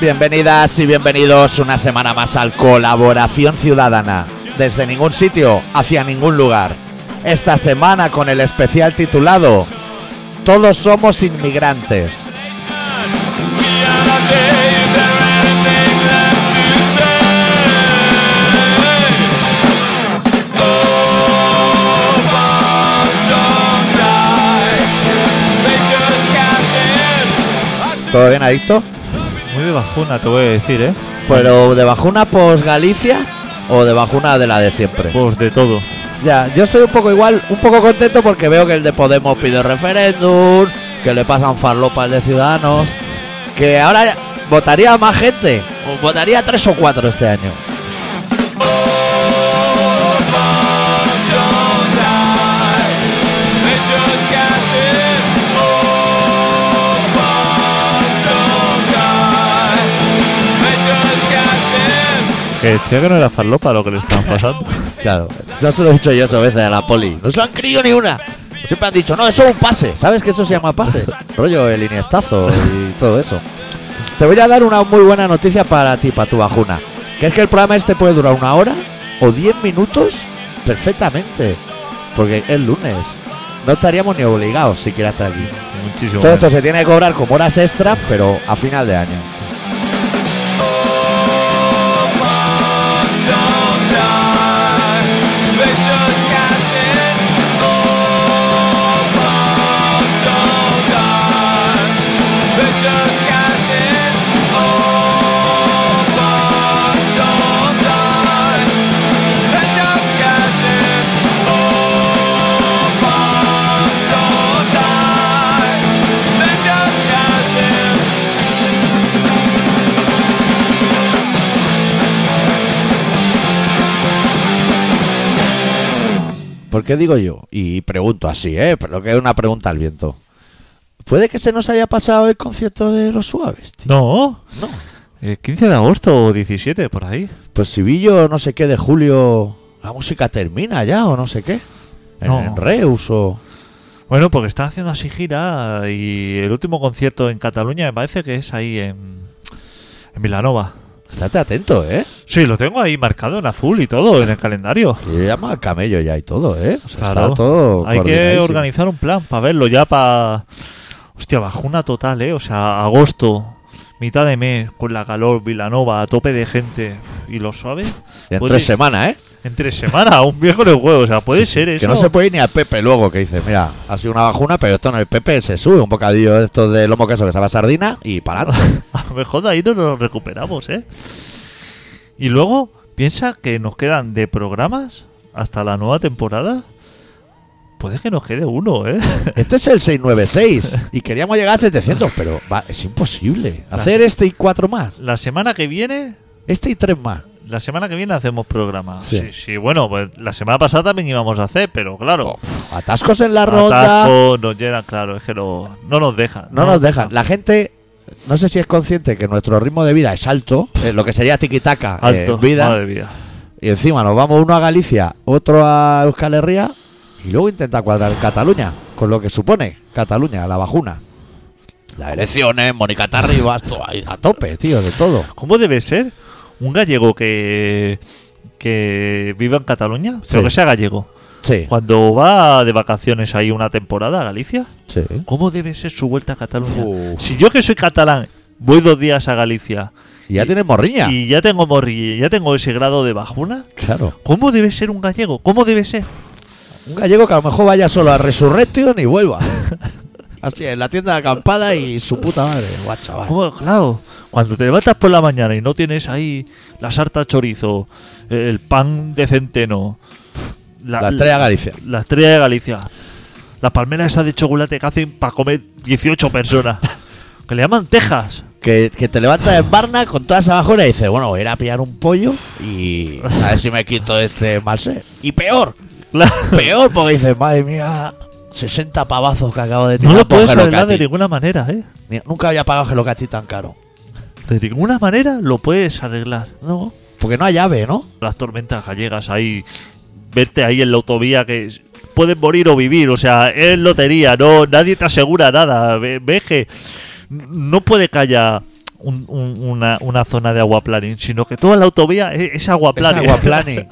Bienvenidas y bienvenidos una semana más al Colaboración Ciudadana. Desde ningún sitio, hacia ningún lugar. Esta semana con el especial titulado Todos somos inmigrantes. ¿Todo bien, adicto? Muy de bajona te voy a decir, ¿eh? Pero de bajuna pos Galicia o de bajuna de la de siempre. Pues de todo. Ya, yo estoy un poco igual, un poco contento porque veo que el de Podemos pide referéndum, que le pasan farlopas de ciudadanos, que ahora votaría más gente, o votaría tres o cuatro este año. Que decía que no era farlopa lo que le están pasando. Claro, no se lo he dicho yo eso a veces a la poli. No se lo han querido ni una. Siempre han dicho, no, eso es un pase. ¿Sabes que eso se llama pase? Rollo el iniestazo y todo eso. Te voy a dar una muy buena noticia para ti, para tu bajuna. Que es que el programa este puede durar una hora o diez minutos perfectamente. Porque es lunes. No estaríamos ni obligados siquiera hasta aquí. Muchísimo. Todo esto se tiene que cobrar como horas extra, pero a final de año. ¿Por qué digo yo? Y pregunto así, ¿eh? Pero que es una pregunta al viento. ¿Puede que se nos haya pasado el concierto de los suaves, tío? No, no. 15 de agosto o 17, por ahí. Pues si vi yo no sé qué de julio, la música termina ya o no sé qué. En, No. en Reus o... Bueno, porque están haciendo así gira y el último concierto en Cataluña me parece que es ahí en, en Vilanova. Estate atento, ¿eh? Sí, lo tengo ahí marcado en azul y todo, en el calendario. Y llama al camello ya y todo, ¿eh? O sea, Claro. está todo Hay que coordinadísimo. organizar un plan para verlo ya para... Hostia, bajuna total, ¿eh? O sea, agosto, mitad de mes, con la calor, Vilanova, a tope de gente. ¿Y lo suave? Y en Puede- tres semanas, ¿eh? Entre semana, un viejo de huevo, o sea, puede ser eso. Que no se puede ir ni al Pepe luego, que dice, mira, ha sido una bajuna, pero esto en el Pepe se sube un bocadillo de estos de lomo queso que sabe a sardina y para adelante. A lo mejor de ahí no nos recuperamos, ¿eh? Y luego, piensa que nos quedan de programas hasta la nueva temporada. Puede que nos quede uno, ¿eh? Este es el 696 y queríamos llegar a 700, pero va, es imposible. Hacer este y cuatro más, La semana que viene, este y tres más. la semana que viene hacemos programa. Sí. Sí, sí, bueno, pues la semana pasada también íbamos a hacer, pero claro. Atascos en la ronda. Atasco, nos llenan, claro, es que no, no nos dejan. No nos dejan. La gente, no sé si es consciente que nuestro ritmo de vida es alto, eh, lo que sería tiquitaca eh, Alto, en vida. madre mía. Y encima nos vamos uno a Galicia, otro a Euskal Herria y luego intenta cuadrar Cataluña, con lo que supone Cataluña, la bajuna. Las elecciones, Mónica Tarribas, todo ahí a tope, tío, de todo. ¿Cómo debe ser un gallego que, que vive en Cataluña? Sí. Pero que sea gallego. Sí, Cuando va de vacaciones ahí una temporada a Galicia, sí. ¿cómo debe ser su vuelta a Cataluña? Uf. Si yo que soy catalán voy dos días a Galicia Y ya tienes morriña. y ya tengo morri, ya tengo ese grado de bajuna, Claro. ¿cómo debe ser un gallego? ¿Cómo debe ser? Un gallego que a lo mejor vaya solo a Resurrection y vuelva. Así, en la tienda de acampada y su puta madre. Guau, chaval. ¿Cómo? Claro, cuando te levantas por la mañana y no tienes ahí la sarta de chorizo, el pan de centeno, La estrella Galicia. La estrella de Galicia. Las palmeras esas de chocolate que hacen para comer 18 personas. que le llaman Texas. Que, que te levantas en Barna con toda esa bajona y dices, bueno, voy a ir a pillar un pollo y a ver si me quito de este mal ser. Y peor, Claro. peor, porque dices, madre mía, 60 pavazos que acabo de tirar. No lo por puedes Hello arreglar de Kitty. ninguna manera, ¿eh? Ni- Nunca había pagado Hello Kitty tan caro. De ninguna manera lo puedes arreglar. No, porque no hay llave, ¿no? Las tormentas gallegas ahí, verte ahí en la autovía que es- puedes morir o vivir, o sea, es lotería, no nadie te asegura nada. Ve- Ves que n- no puede que haya un- un- una, una zona de aguaplaning, sino que toda la autovía es, es aguaplaning. Es aguaplaning.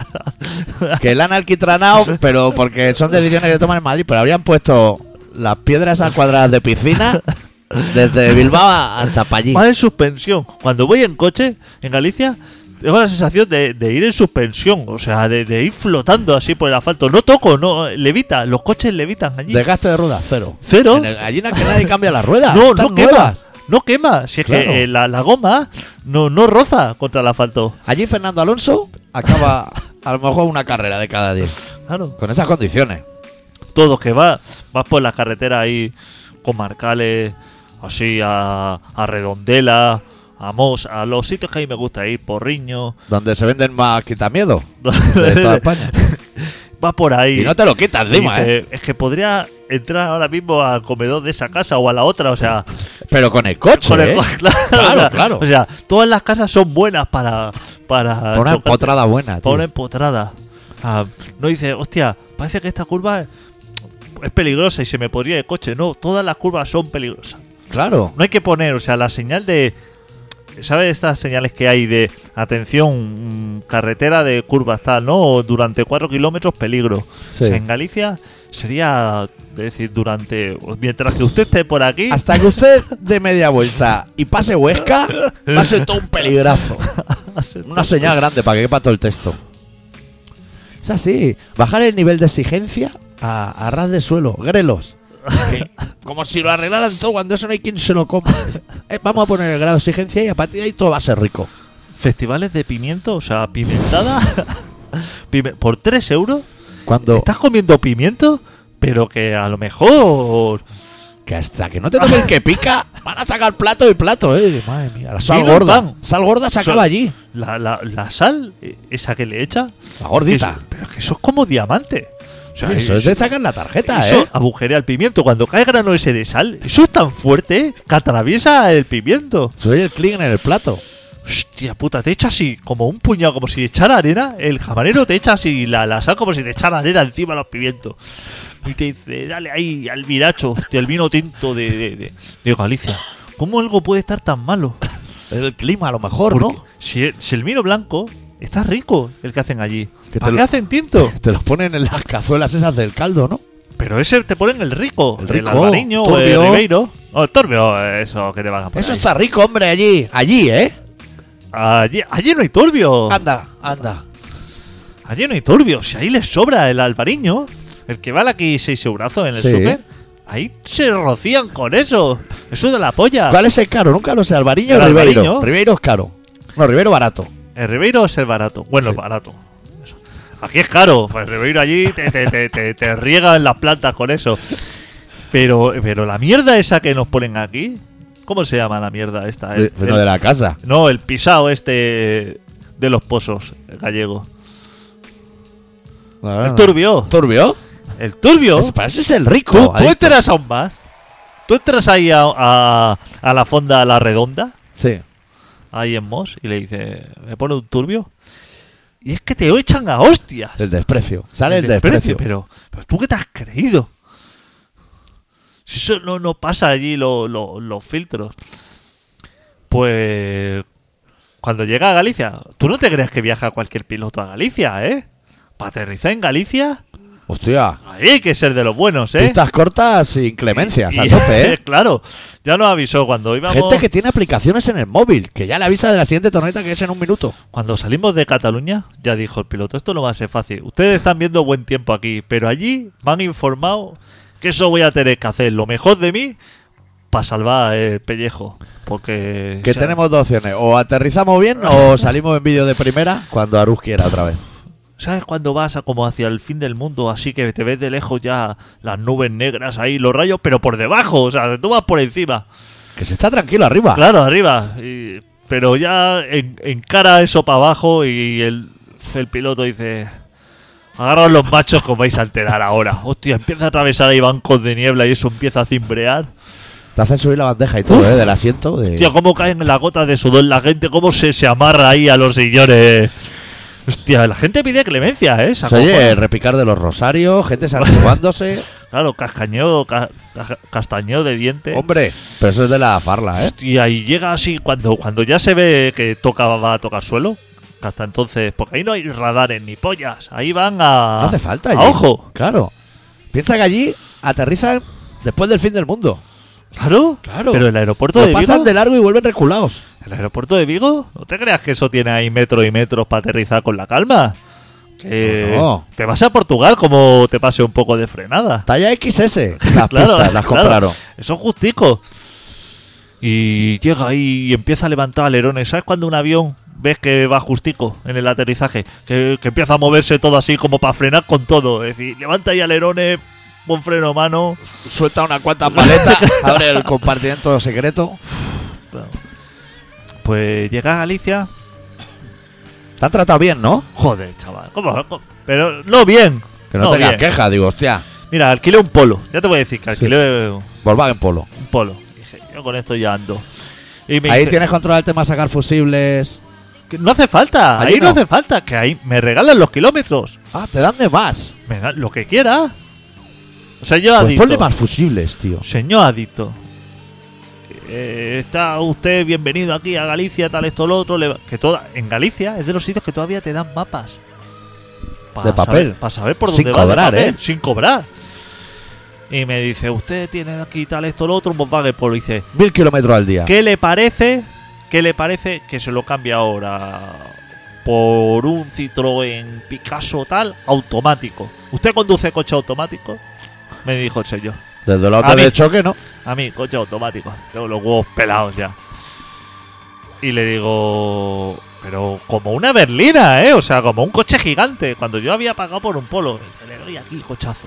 que la han alquitranado, pero porque son decisiones que toman en Madrid, pero habrían puesto las piedras a cuadradas de piscina desde Bilbao hasta para allí. Va en suspensión. Cuando voy en coche en Galicia, tengo la sensación de, de ir en suspensión, o sea, de, de ir flotando así por el asfalto. No toco, no levita, los coches levitan allí. Desgaste de rueda, cero. Cero. En el- allí no es que nadie cambia las ruedas. No, están no quema. nuevas. No quema. Si es Claro. que eh, la, la goma no, no roza contra el asfalto. Allí Fernando Alonso acaba a lo mejor una carrera de cada 10. Claro. Con esas condiciones. Todo que va, vas por la carretera ahí comarcales, así a, a Redondela, a Mos, a los sitios que a mí me gusta ir, Porriño. Donde se venden más quitamiedo de toda España. vas por ahí. Y no te lo quitas y encima, ¿eh? dices, Es que podría entrar ahora mismo al comedor de esa casa o a la otra, o sea, Pero con el coche. con el- ¿eh? claro, o sea, claro. o sea, todas las casas son buenas para Para para una chocarte. empotrada buena. tío. Para una empotrada. Ah, no dice, hostia, parece que esta curva es- es peligrosa y se me podría el coche. No, todas las curvas son peligrosas. Claro. No hay que poner, o sea, la señal de. ¿Sabes estas señales que hay de atención, mm, carretera de curvas tal, no? O durante 4 kilómetros peligro. Sí. O sea, en Galicia sería es decir durante. Mientras que usted esté por aquí. Hasta que usted dé media vuelta y pase Huesca, va a ser todo un peligrazo. Una señal grande para que quepa todo el texto. Es así. Bajar el nivel de exigencia a, a ras de suelo. Grelos. Que- Como si lo arreglaran todo cuando eso no hay quien se lo coma. Eh, vamos a poner el grado de exigencia y a partir de ahí todo va a ser rico. Festivales de pimiento, o sea, pimentada. pime- por 3 euros. Cuando Estás comiendo pimiento, pero que a lo mejor. que hasta que no te toque el que pica, van a sacar plato y plato, eh. Madre mía, la sal Vino gorda. pan. Sal gorda se Sal- acaba allí. La, la- la sal, eh, esa que le echa. La gordita. eso- pero es que eso es como diamante. O sea, Eso es eso- de sacar la tarjeta, eso eh. agujerea el pimiento. Cuando cae grano ese de sal, eso es tan fuerte que atraviesa el pimiento. Soy el clic en el plato. Hostia puta, te echa así como un puñado, como si echara arena. El jamanero te echa así la, la sal como si te echara arena encima de los pimientos. Y te dice, dale ahí al viracho, hostia, el vino tinto de, de- de- de Galicia. ¿Cómo algo puede estar tan malo? Es el clima, a lo mejor, Porque ¿no? si, el- si el vino blanco está rico, el que hacen allí. Que te ¿Para lo- qué hacen tinto? Te los ponen en las cazuelas esas del caldo, ¿no? Pero ese te ponen el rico, El el, rico, albariño o el turbio. ribeiro. O el torbio, eso que te van a poner. Eso está rico, hombre, allí. Allí, ¿eh? Allí, allí no hay turbio. Anda, anda. Allí no hay turbio. Si ahí les sobra el albariño, el que vale aquí seis euros en el Sí. súper, ahí se rocían con eso. Eso de la polla. ¿Cuál es el caro? Nunca lo sé. Albariño o El Ribeiro. Albariño. Ribeiro es caro. No, Ribeiro barato. El Ribeiro es el barato. Bueno, Sí. barato. Eso. Aquí es caro. El Ribeiro allí te, te, te, te- te riegan las plantas con eso. Pero, pero la mierda esa que nos ponen aquí, ¿cómo se llama la mierda esta? El- Vino de la casa. el- no, el pisao este de los pozos el gallego. No, El no. turbio. Ah. ¿Turbio? El turbio. Es- para eso es el rico. Tú, tú adicto. entras a un bar. Tú entras ahí a, a- a la fonda, a la redonda, Sí. ahí en Moss, y le dices, me pone un turbio. Y es que te echan a hostias. El desprecio. Sale el, El desprecio. Pero, pero tú qué te has creído. Si eso no, no pasa allí lo- lo- los filtros. Pues cuando llega a Galicia, tú no te crees que viaja cualquier piloto a Galicia, ¿eh? Para aterrizar en Galicia, Hostia. ahí hay que ser de los buenos, ¿eh? Pistas cortas sin clemencias, a Y- tope, ¿eh? claro, ya nos avisó cuando íbamos. Gente que tiene aplicaciones en el móvil, que ya le avisa de la siguiente torneta que es en un minuto. Cuando salimos de Cataluña, ya dijo el piloto, esto no va a ser fácil. Ustedes están viendo buen tiempo aquí, pero allí me han informado que eso voy a tener que hacer lo mejor de mí para salvar el pellejo. Porque... Que o sea, tenemos dos opciones, o aterrizamos bien o salimos en vídeo de primera cuando Arús quiera otra vez. ¿Sabes cuando vas a como hacia el fin del mundo, así que te ves de lejos ya las nubes negras ahí, los rayos, pero por debajo? O sea, tú vas por encima. Que se está tranquilo arriba. Claro, arriba. Y- pero ya en- encara eso para abajo y el, el piloto dice: Agarraos los machos que os vais a alterar ahora. Hostia, empieza a atravesar ahí bancos de niebla y eso empieza a cimbrear. Te hacen subir la bandeja y todo, Uf. ¿eh? Del asiento. de- Hostia, cómo caen las gotas de sudor la gente, cómo se, se amarra ahí a los sillones. Hostia, la gente pide clemencia, ¿eh? Se Se oye acojona. el repicar de los rosarios, gente santiguándose. Claro, cascañeo, ca- ca- castañeo de diente. Hombre, pero eso es de la farla, ¿eh? Hostia, y llega así cuando, cuando ya se ve que toca va a tocar suelo. que Hasta entonces, porque ahí no hay radares ni pollas. Ahí van a. No hace falta. A allí. Ah, ojo. Claro. Piensa que allí aterrizan después del fin del mundo. Claro. Claro. Pero el aeropuerto Lo de Vigo. pasan de largo y vuelven reculados. ¿El aeropuerto de Vigo? ¿No te creas que eso tiene ahí metros y metros para aterrizar con la calma? Que no. te vas a Portugal como te pase un poco de frenada. Talla XS. Las Claro, pistas las claro. compraron. Eso es justico. Y llega ahí y empieza a levantar alerones. ¿Sabes cuando un avión ves que va justico en el aterrizaje? Que, que empieza a moverse todo así como para frenar con todo. Es decir, levanta ahí alerones, buen freno mano. Suelta una cuanta paleta. abre el compartimento secreto. Pues llega a Galicia. Te han tratado bien, ¿no? Joder, chaval. ¿cómo- cómo? Pero no bien. Que no, No, tengas bien. queja. Digo, hostia, Mira, alquilé un polo. Ya te voy a decir que alquilé Volkswagen Polo. un polo. Dije, yo con esto ya ando. Y me Ahí dice, tienes control el tema sacar fusibles. que no hace falta, Allí ahí no. no. hace falta, que ahí me regalan los kilómetros. Ah, te dan de más. Me dan lo que quiera. O sea, yo Pues adicto. ponle más fusibles, tío. Señor adicto. eh, está usted bienvenido aquí a Galicia, tal, esto, lo otro. le- que toda, en Galicia es de los sitios que todavía te dan mapas. Pa' De papel. Saber, para saber por Sin dónde va de cobrar, papel, ¿eh? Sin cobrar. Y me dice, usted tiene aquí tal, esto, lo otro, un Volkswagen Polo. Y dice, Mil kilómetros al día. ¿Qué le parece? ¿Qué le parece que se lo cambie ahora por un Citroën Picasso tal automático? ¿Usted conduce coche automático? Me dijo el señor. Desde el A auto mí. de choque, ¿no? A mí, coche automático. Tengo los huevos pelados ya. Y le digo, pero como una berlina, ¿eh? O sea, como un coche gigante. Cuando yo había pagado por un polo, me dice, le doy aquí el cochazo.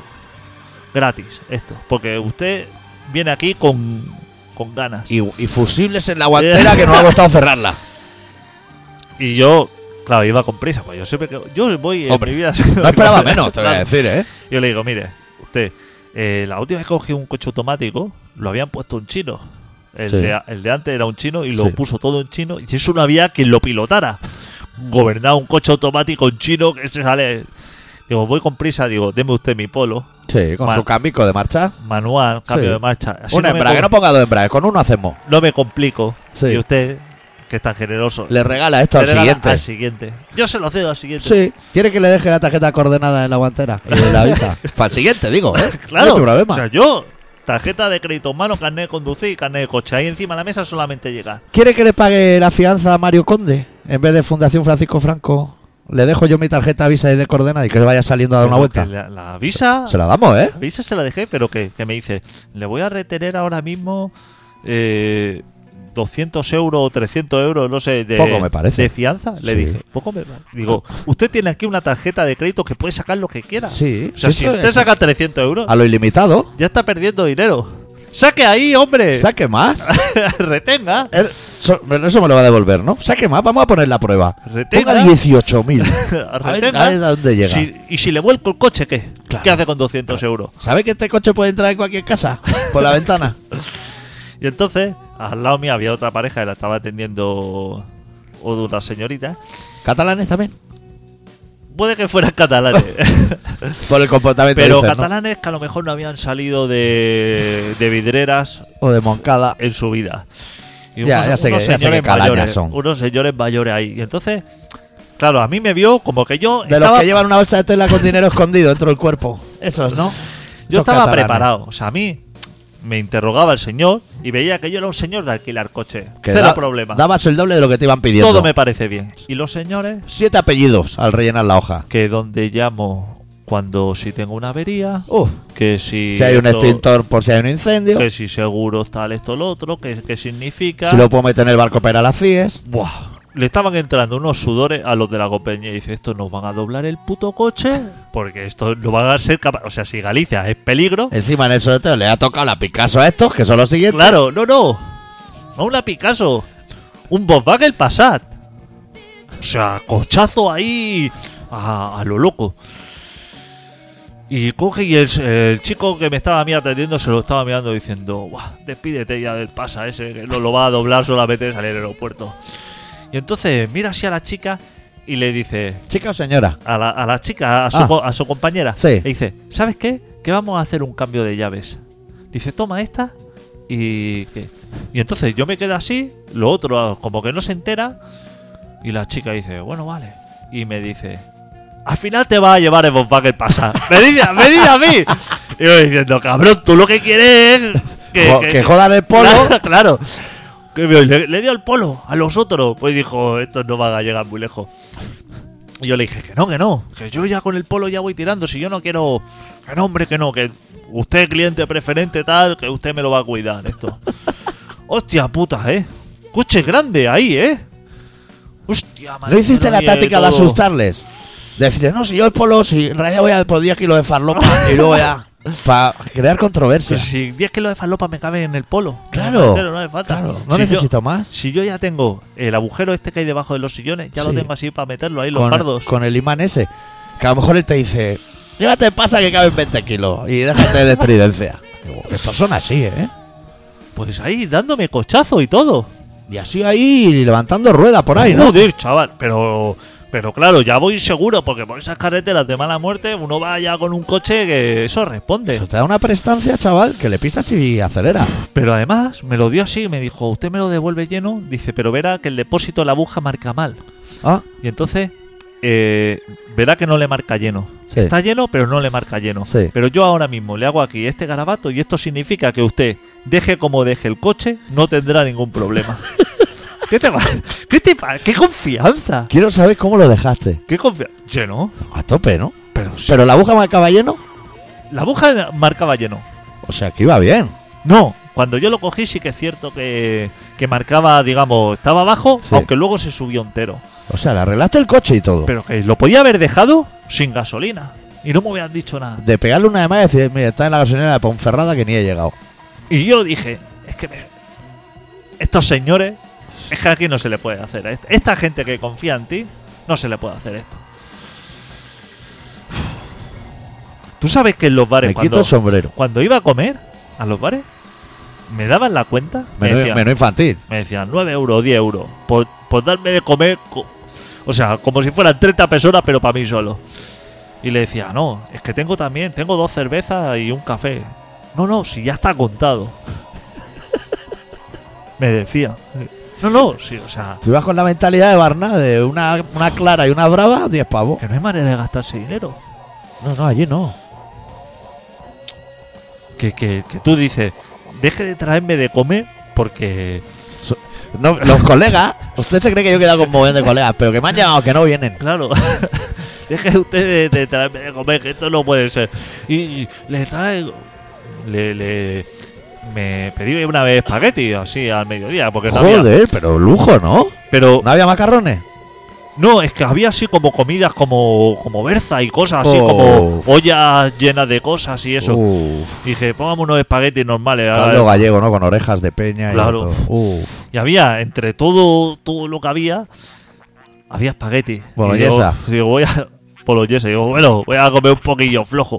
Gratis, esto. Porque usted viene aquí con, con ganas. Y, y fusibles en la guantera que nos ha costado cerrarla. Y yo, claro, iba con prisa, pues yo siempre que. Yo voy en Hombre, mi vida. No esperaba menos, te voy a Claro. decir, ¿eh? Yo le digo, mire, usted, eh, la última vez que cogí un coche automático, lo habían puesto un chino. El, Sí. de, a- el de antes era un chino y lo Sí. puso todo en chino. Y eso no había quien lo pilotara. Gobernar un coche automático en chino que se sale. Digo, voy con prisa, digo, deme usted mi polo, Sí, con Mal. su cambico de marcha. manual, cambio Sí. de marcha. Así Una no, me hembra, que no com- ponga dos hembras, con uno hacemos. no me complico. Sí. Y usted, que está generoso, Le regala esto al le regala siguiente. al siguiente. Yo se lo cedo al siguiente. Sí, quiere que le deje la tarjeta coordenada en la guantera y la avisa. Para el siguiente, digo, ¿eh? Claro. No hay problema. O sea, yo, tarjeta de crédito en mano, carnet de conducir y carnet de coche. Ahí encima de la mesa solamente llegar. ¿Quiere que le pague la fianza a Mario Conde en vez de Fundación Francisco Franco? Le dejo yo mi tarjeta Visa y de coordenada y que vaya saliendo a dar una Pero vuelta. que La, la visa. Se la damos, ¿eh? la visa se la dejé, pero que, que me dice, le voy a retener ahora mismo eh, 200 euros o 300 euros, no sé, de, Poco me parece. de fianza. Le Sí. dije, poco me parece. Digo, usted tiene aquí una tarjeta de crédito que puede sacar lo que quiera. Sí, O sea, sí, si esto usted es- saca 300 euros, A lo ilimitado. ya está perdiendo dinero. ¡Saque ahí, hombre! Saque más. ¡Retenga! Eh, so- pero Eso me lo va a devolver, ¿no? Saque más, vamos a poner la prueba. Retenga. Ponga 18.000. A ver, Retenga. a ver a dónde llega. Si- y si le vuelco el coche, ¿qué? Claro. ¿Qué hace con 200 euros? ¿Sabe que este coche puede entrar en cualquier casa? Por la ventana. Y entonces, al lado mío había otra pareja que la estaba atendiendo una señorita. ¿Catalanes también? Puede que fueran catalanes, Por el comportamiento pero dices, ¿no? catalanes que a lo mejor no habían salido de, de vidreras O de Moncada. en su vida. Y Ya, ya sé que- ya sé que calañas mayores, son. Unos señores mayores ahí. Y entonces, claro, a mí me vio como que yo De los estaba que llevan una bolsa de tela con dinero escondido dentro del cuerpo. Esos, ¿no? Yo Esos estaba catalanes. preparado. O sea, a mí me interrogaba el señor y veía que yo era un señor de alquilar coche. Que Cero da- problema. Dabas el doble de lo que te iban pidiendo. Todo me parece bien. Y los señores, Siete apellidos al rellenar la hoja. que donde llamo cuando si tengo una avería, Uf. que si. si hay un esto- extintor por si hay un incendio. Que si seguros tal, esto, lo otro, que, que significa. Si lo puedo meter en el barco para las CIES. Buah. Le estaban entrando unos sudores a los de la compañía y dice, estos nos van a doblar el puto coche porque esto no van a ser capaz, o sea, si Galicia es peligro, Encima en el sorteo le ha tocado la Picasso a estos, que son los siguientes. Claro, no, no. No una Picasso. Un Volkswagen Passat. O sea, cochazo ahí a, a lo loco. Y coge y el, el chico que me estaba a mí atendiendo se lo estaba mirando diciendo, "Buah, despídete ya del pasa ese, que no lo va a doblar solamente salir al aeropuerto. Y entonces mira así a la chica y le dice, Chica o señora. a la, a la chica, a su, Ah. co- a su compañera, Sí. le dice, ¿sabes qué? que vamos a hacer un cambio de llaves. Dice, toma esta y ¿qué? Y entonces yo me quedo así, lo otro ah, como que no se entera y la chica dice, bueno, vale. Y me dice, al final te vas a llevar el Volkswagen pasa. Me dice, me dice a mí. Y yo diciendo, cabrón, tú lo que quieres es que, Jo- que- que jodan el polo. Claro, claro. Que me- Le, le dio el polo a los otros. Pues dijo, estos no van a llegar muy lejos. Y yo le dije, que no, que no. Que yo ya con el polo ya voy tirando. Si yo no quiero... Que no, hombre, que no. Que usted cliente preferente tal, que usted me lo va a cuidar esto. Hostia puta, eh. Coche grande ahí, eh. Hostia, ¿No hiciste la madre mía, táctica de todo. asustarles? Decirles, no, si yo el polo, si en realidad voy a por 10 kilos de farlopa y luego ya. Para crear controversia. Pues si 10 kilos de falopa me cabe en el polo. Claro, En el maletero, no hace falta. claro, no Si yo- necesito más. si yo ya tengo el agujero este que hay debajo de los sillones, ya lo Sí. tengo así para meterlo ahí, los Con, fardos. con el imán ese. Que a lo mejor él te dice, llévate pasa que caben 20 kilos y déjate de estridencia. Digo, Estos son así, ¿eh? Pues ahí dándome cochazo y todo. Y así ahí levantando rueda por ahí, ¿no? Joder, chaval. Pero, pero claro, ya voy seguro, porque por esas carreteras de mala muerte, uno va ya con un coche que eso responde. Eso te da una prestancia, chaval, que le pisas y acelera. Pero además me lo dio así, me dijo, usted me lo devuelve lleno, dice, pero verá que el depósito de la aguja marca mal. Ah, Y entonces, eh, verá que no le marca lleno. Sí. Está lleno, pero no le marca lleno. Sí. Pero yo ahora mismo le hago aquí este garabato y esto significa que usted deje como deje el coche, no tendrá ningún problema. ¿Qué te va? ¿Qué te va? ¿Qué confianza? quiero saber cómo lo dejaste. ¿Qué confianza? Lleno. A tope, ¿no? Pero, sí. Pero la aguja marcaba lleno. la aguja marcaba lleno. O sea, que iba bien. No, cuando yo lo cogí sí que es cierto que, que marcaba, digamos, estaba abajo, Sí. aunque luego se subió entero. O sea, le arreglaste el coche y todo. Pero que lo podía haber dejado sin gasolina. Y no me hubieran dicho nada. De pegarle una de más y decir, mira, está en la gasolinera de Ponferrada que ni he llegado. Y yo dije, es que me- estos señores, es que aquí no se le puede hacer. a est- Esta gente que confía en ti, no se le puede hacer esto. Tú sabes que en los bares, Me quito cuando, el sombrero. cuando iba a comer a los bares, me daban la cuenta. Me Menú, decían, menú infantil. me decían 9 euros, 10 euros, por, por darme de comer, co- o sea, como si fueran 30 personas, pero para mí solo. Y le decía, no, es que tengo también, tengo dos cervezas y un café. No, no, si ya está contado. me decía. No, no, sí, o sea, Tú ibas con la mentalidad de Barna, de una, una clara y una brava, 10 pavos. que no hay manera de gastarse dinero. No, no, allí no. Que, que, que tú dices, deje de traerme de comer porque... No, los colegas, usted se cree que yo he quedado con un montón de colegas, pero que me han llamado que no vienen. Claro. Deje usted de, de traerme de comer, que esto no puede ser. Y, y le traigo. Le, le- Me pedí una vez espagueti, así al mediodía, porque no había. Joder, pero lujo, ¿no? Pero ¿No había macarrones? no, es que había así como comidas como, como berza y cosas así, Oh. como ollas llenas de cosas y eso. Uf, Y dije, pongamos unos espaguetis normales. a- caldo gallego, ¿no? Con orejas de peña Claro. y todo. Uf. Y había, entre todo, todo lo que había, había espagueti. Boloñesa. Y yo- Digo, voy a. Boloñesa. Digo, bueno, voy a comer un poquillo flojo.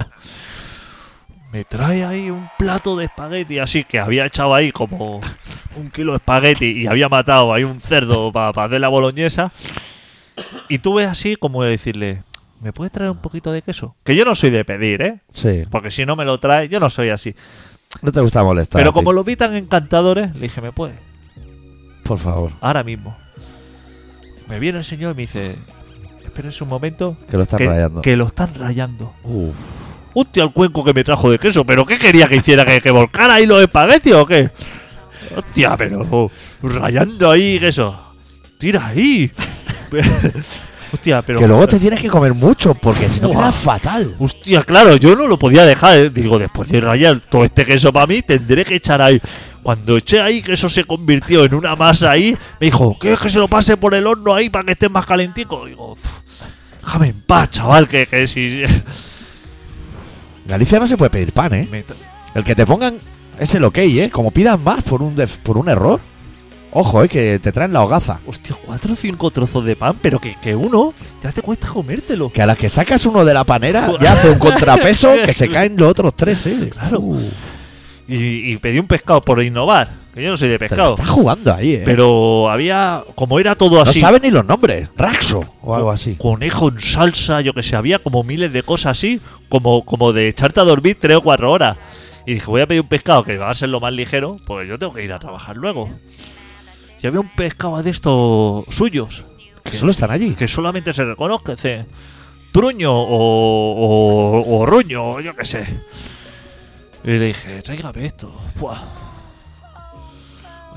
Me trae ahí un plato de espagueti, así que había echado ahí como un kilo de espagueti y había matado ahí un cerdo para hacer la boloñesa. Y tuve así como de decirle, ¿me puedes traer un poquito de queso? Que yo no soy de pedir, ¿eh? Sí, Porque si no me lo trae, yo no soy así. no te gusta molestar. Pero a ti. como lo vi tan encantadores, le dije, ¿me puedes? Por favor, ahora mismo. Me viene el señor y me dice, espérense un momento, que lo están que, rayando. que lo están rayando. Uf. Hostia, el cuenco que me trajo de queso, pero ¿qué quería que hiciera? ¿Que, que volcara ahí los espaguetis o qué? Hostia, pero oh, rayando ahí queso. Tira ahí. Hostia, pero... que luego te tienes que comer mucho, porque si no Buah. queda fatal. Hostia, claro, yo no lo podía dejar. eh. Digo, después de rayar todo este queso para mí, tendré que echar ahí. Cuando eché ahí, que eso se convirtió en una masa ahí, me dijo, ¿qué es que se lo pase por el horno ahí para que esté más calentico? Digo, "Uf, déjame en paz, chaval, que, que si. En Galicia no se puede pedir pan, ¿eh? Me tra- El que te pongan es el ok, ¿eh? Como pidas más por un, def- por un error. Ojo, ¿eh? Que te traen la hogaza. Hostia, cuatro o cinco trozos de pan, pero que, que uno ya te cuesta comértelo. Que a las que sacas uno de la panera ya hace un contrapeso que se caen los otros tres, ¿eh? Claro. Uh, Y, y pedí un pescado por innovar. Que yo no soy de Te lo pescado. está jugando ahí, ¿eh? Pero había, como era todo no así, sabe ni los nombres. Raxo o algo así. conejo en salsa, yo que sé, había como miles de cosas así, como, como de echarte a dormir tres o cuatro horas. Y dije, voy a pedir un pescado que va a ser lo más ligero, porque yo tengo que ir a trabajar luego. Y había un pescado de estos suyos, Que solo están allí. que solamente se reconoce truño o, o, o ruño, o yo qué sé. Y le dije, tráigame esto. Buah.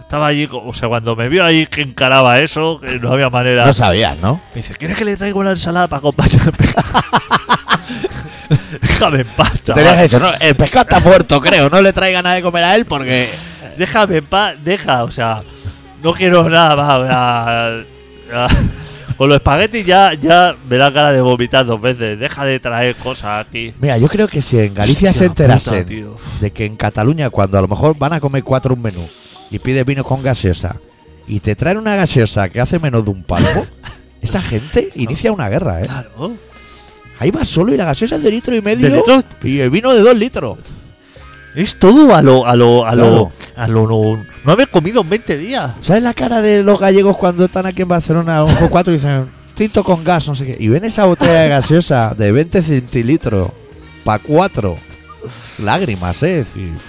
Estaba allí, co- o sea, cuando me vio ahí que encaraba eso, que no había manera. No sabías, ¿no? Me dice, ¿quieres que le traiga una ensalada para acompañar? Déjame en paz, Te habías chaval. dicho, no, el pescado está muerto, creo. No le traiga nada de comer a él porque. Déjame en paz, deja, o sea, no quiero nada más. o sea, ya- Con los espaguetis ya, ya me da cara de vomitar dos veces. Deja de traer cosas aquí. Mira, yo creo que si en Galicia Hostia se puta, enterasen tío. de que en Cataluña, cuando a lo mejor van a comer cuatro un menú y pides vino con gaseosa y te traen una gaseosa que hace menos de un palmo, esa gente inicia una guerra, ¿eh? Claro. Ahí va solo y la gaseosa es de litro y medio ¿De litro? y el vino de dos litros. Es todo a lo, a lo, a Claro. lo, a lo no, no haber comido en 20 días. ¿Sabes la cara de los gallegos cuando están aquí en Barcelona, un poco cuatro, y dicen, tinto con gas, no sé qué? Y ven esa botella de gaseosa de 20 centilitros para cuatro. Lágrimas, ¿eh? Es decir, "Uf,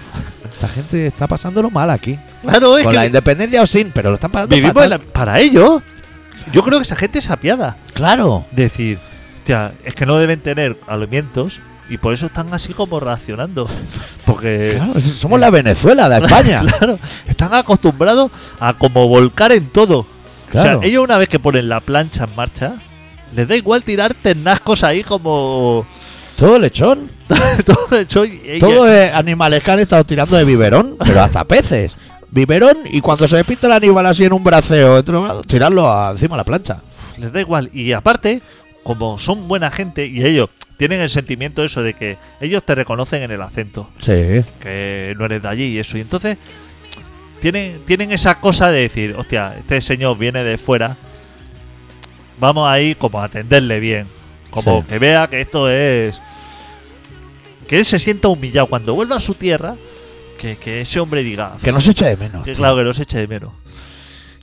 esta gente está pasándolo mal aquí. Claro, es Con la que independencia o sin, pero lo están pasando vivimos fatal. en la- para ello. Yo creo que esa gente es apiada. Claro. decir, hostia, es que no deben tener alimentos y por eso están así como reaccionando. Porque, Claro, es- somos la Venezuela de España. claro, están acostumbrados a como volcar en todo. Claro. O sea, ellos una vez que ponen la plancha en marcha, les da igual tirar ternascos ahí como Todo lechón. todo hecho. y- y- Todo es animales que han estado tirando de biberón, pero hasta peces. Biberón y cuando se despinta el animal así en un braceo, en otro lado, tirarlo a- encima de la plancha. les da igual. Y aparte, como son buena gente y ellos tienen el sentimiento eso de que ellos te reconocen en el acento. Sí. que no eres de allí y eso. Y entonces tienen, tienen esa cosa de decir, hostia, este señor viene de fuera, vamos ahí como a atenderle bien. Como Sí. que vea que esto es... Que él se sienta humillado cuando vuelva a su tierra, que, que ese hombre diga... Que no se eche de menos. Que tío. claro, que los eche de menos.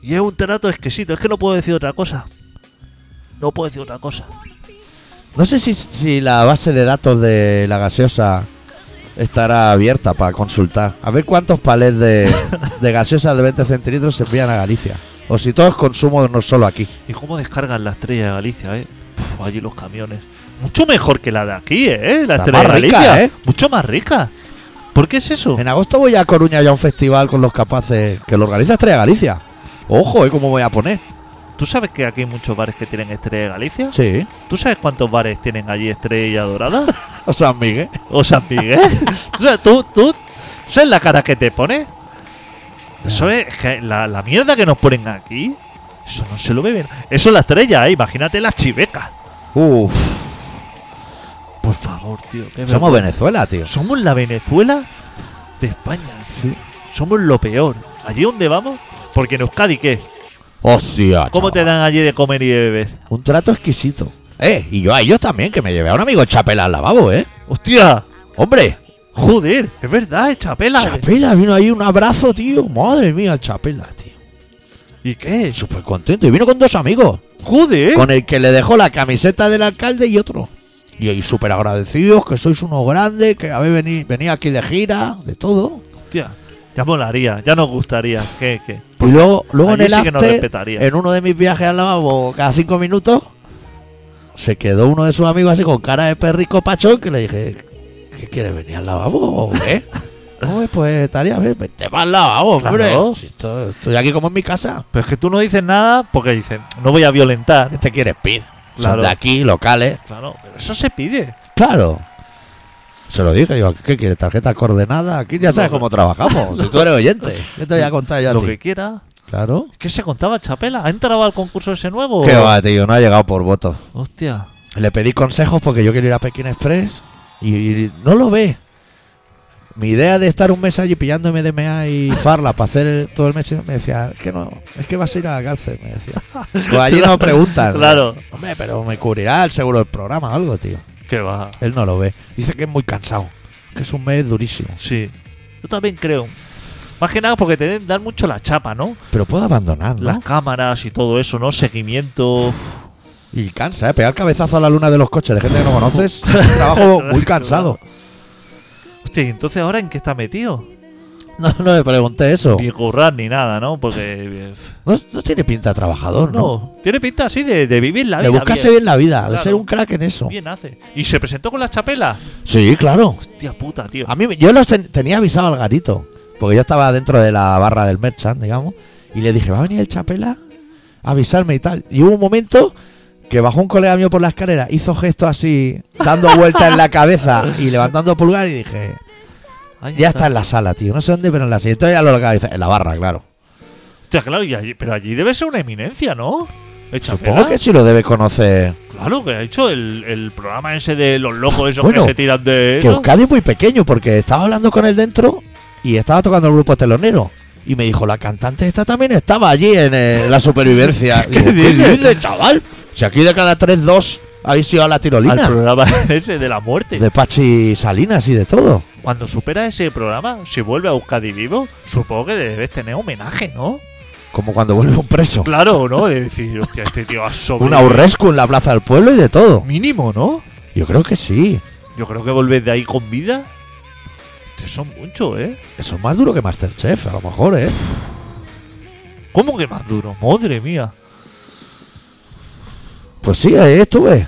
Y es un trato exquisito, es que no puedo decir otra cosa. No puedo decir otra cosa. No sé si, si la base de datos de la gaseosa estará abierta para consultar. A ver cuántos palets de, de gaseosa de 20 centilitros se envían a Galicia. O si todo es consumo no solo aquí. ¿Y cómo descargan la estrella de Galicia, eh? Puf, allí los camiones. Mucho mejor que la de aquí, eh. Está La estrella más de rica, Galicia. ¿eh? Mucho más rica. ¿Por qué es eso? En agosto voy a Coruña ya a un festival con los capaces que lo organiza Estrella Galicia. Ojo, ¿eh? ¿Cómo voy a poner? ¿Tú sabes que aquí hay muchos bares que tienen estrella de Galicia? Sí. ¿Tú sabes cuántos bares tienen allí estrella dorada? O San Miguel. ¿O San Miguel? ¿Tú, sabes, tú, tú sabes la cara que te pone? Eso es que la, la mierda que nos ponen aquí. Eso no se lo beben. Eso es la estrella, eh. Imagínate la chiveca. Uf. Por favor, tío. qué Somos Venezuela, tío. Somos la Venezuela de España. Somos lo peor. Allí donde vamos, porque en Euskadi, ¿qué? Hostia. ¿Cómo te chaval. dan allí de comer y de beber? Un trato exquisito. Eh, y yo a ellos también, que me llevé a un amigo chapela al lavabo, ¿eh? ¡Hostia! Hombre, ¡Joder! Es verdad, es chapela. Chapela, vino ahí un abrazo, tío. Madre mía, el Chapela, tío. ¿Y qué? Súper contento. Y vino con dos amigos. ¡Joder! Con el que le dejó la camiseta del alcalde y otro. Y ahí súper agradecidos, que sois unos grandes, que habéis venido venía aquí de gira, de todo. ¡Hostia! Ya molaría, ya nos gustaría. ¿Qué, qué? Y luego, luego en Allí el sí que nos after, respetaría. en uno de mis viajes al lavabo, cada cinco minutos, se quedó uno de sus amigos así con cara de perrico pachón que le dije, ¿qué quieres venir al lavabo o qué? Hombre, pues estaría bien, vete para el lavabo, Claro. hombre. Si esto- estoy aquí como en mi casa. Pero es que tú no dices nada porque dicen, no voy a violentar. Este quiere speed. Son Claro. de aquí, locales. Claro, pero eso se pide. Claro. Se lo dije, yo, ¿qué quieres? ¿Tarjeta coordenada? Aquí ya sabes cómo trabajamos. Si tú eres oyente, yo te voy a contar ya a Lo ti. que quiera. Claro. ¿Qué se contaba, Chapela? ¿Ha entrado al concurso ese nuevo? Qué va, tío, no ha llegado por voto. ¡Hostia! Le pedí consejos porque yo quiero ir a Pekín Express y, y no lo ve. Mi idea de estar un mes allí pillando MDMA y farla para hacer el- todo el mes me decía, es que no, es que vas a ir a la cárcel, me decía. Pues allí no preguntan. ¿no? Claro. Hombre, pero me cubrirá el seguro del programa o algo, tío. ¿Qué va? Él no lo ve. Dice que es muy cansado, que es un mes durísimo. Sí. Yo también creo. Más que nada porque te den, dan mucho la chapa, ¿no? Pero puedo abandonar, ¿no? Las cámaras y todo eso, ¿no? Seguimiento. Y cansa, ¿eh? Pegar cabezazo a la luna de los coches de gente que no conoces. es un trabajo muy cansado. Hostia, ¿y entonces ahora en qué está metido? No, no le pregunté eso. Ni currar ni nada, ¿no? Porque. eh, No, no tiene pinta de trabajador, ¿no? No, tiene pinta así de, de vivir la De vida. buscarse bien la vida, de Ah, Claro. ser un crack en eso. Bien hace. ¿Y se presentó con las chapelas? Sí, claro. Hostia puta, tío. A mí, yo los ten- tenía avisado al garito, porque yo estaba dentro de la barra del merchant, digamos, y le dije, va a venir el chapela a avisarme y tal. Y hubo un momento que bajó un colega mío por la escalera, hizo gestos así, dando vueltas en la cabeza y levantando pulgar y dije, Ahí ya está en la sala, tío, no sé dónde, pero en la sala. Entonces ya lo localiza, en la barra, claro. Hostia, claro, y allí- pero allí debe ser una eminencia, ¿no? El Supongo Chapela. que sí lo debe conocer. Claro, que ha hecho el, el programa ese de los locos esos Bueno, que se tiran de Que eso. Euskadi es muy pequeño, porque estaba hablando con él dentro y estaba tocando el grupo telonero. Y me dijo, la cantante esta también estaba allí en eh, la supervivencia. Y digo, ¿Qué, dices? dices, chaval? Si aquí de cada tres, dos habéis ido a la Al tirolina. programa ese de la muerte. De Pachi Salinas y de todo. Cuando supera ese programa, si vuelve a Euskadi vivo, supongo que debes tener homenaje, ¿no? Como cuando vuelve un preso. Claro, ¿no? De decir, hostia, este tío ha sobrevivido. Una urrescu en la plaza del pueblo y de todo. Mínimo, ¿no? Yo creo que sí. Yo creo que volver de ahí con vida. Te son muchos, ¿eh? Eso es más duro que Masterchef, a lo mejor, ¿eh? ¿Cómo que más duro? Madre mía. Pues sí, ahí estuve.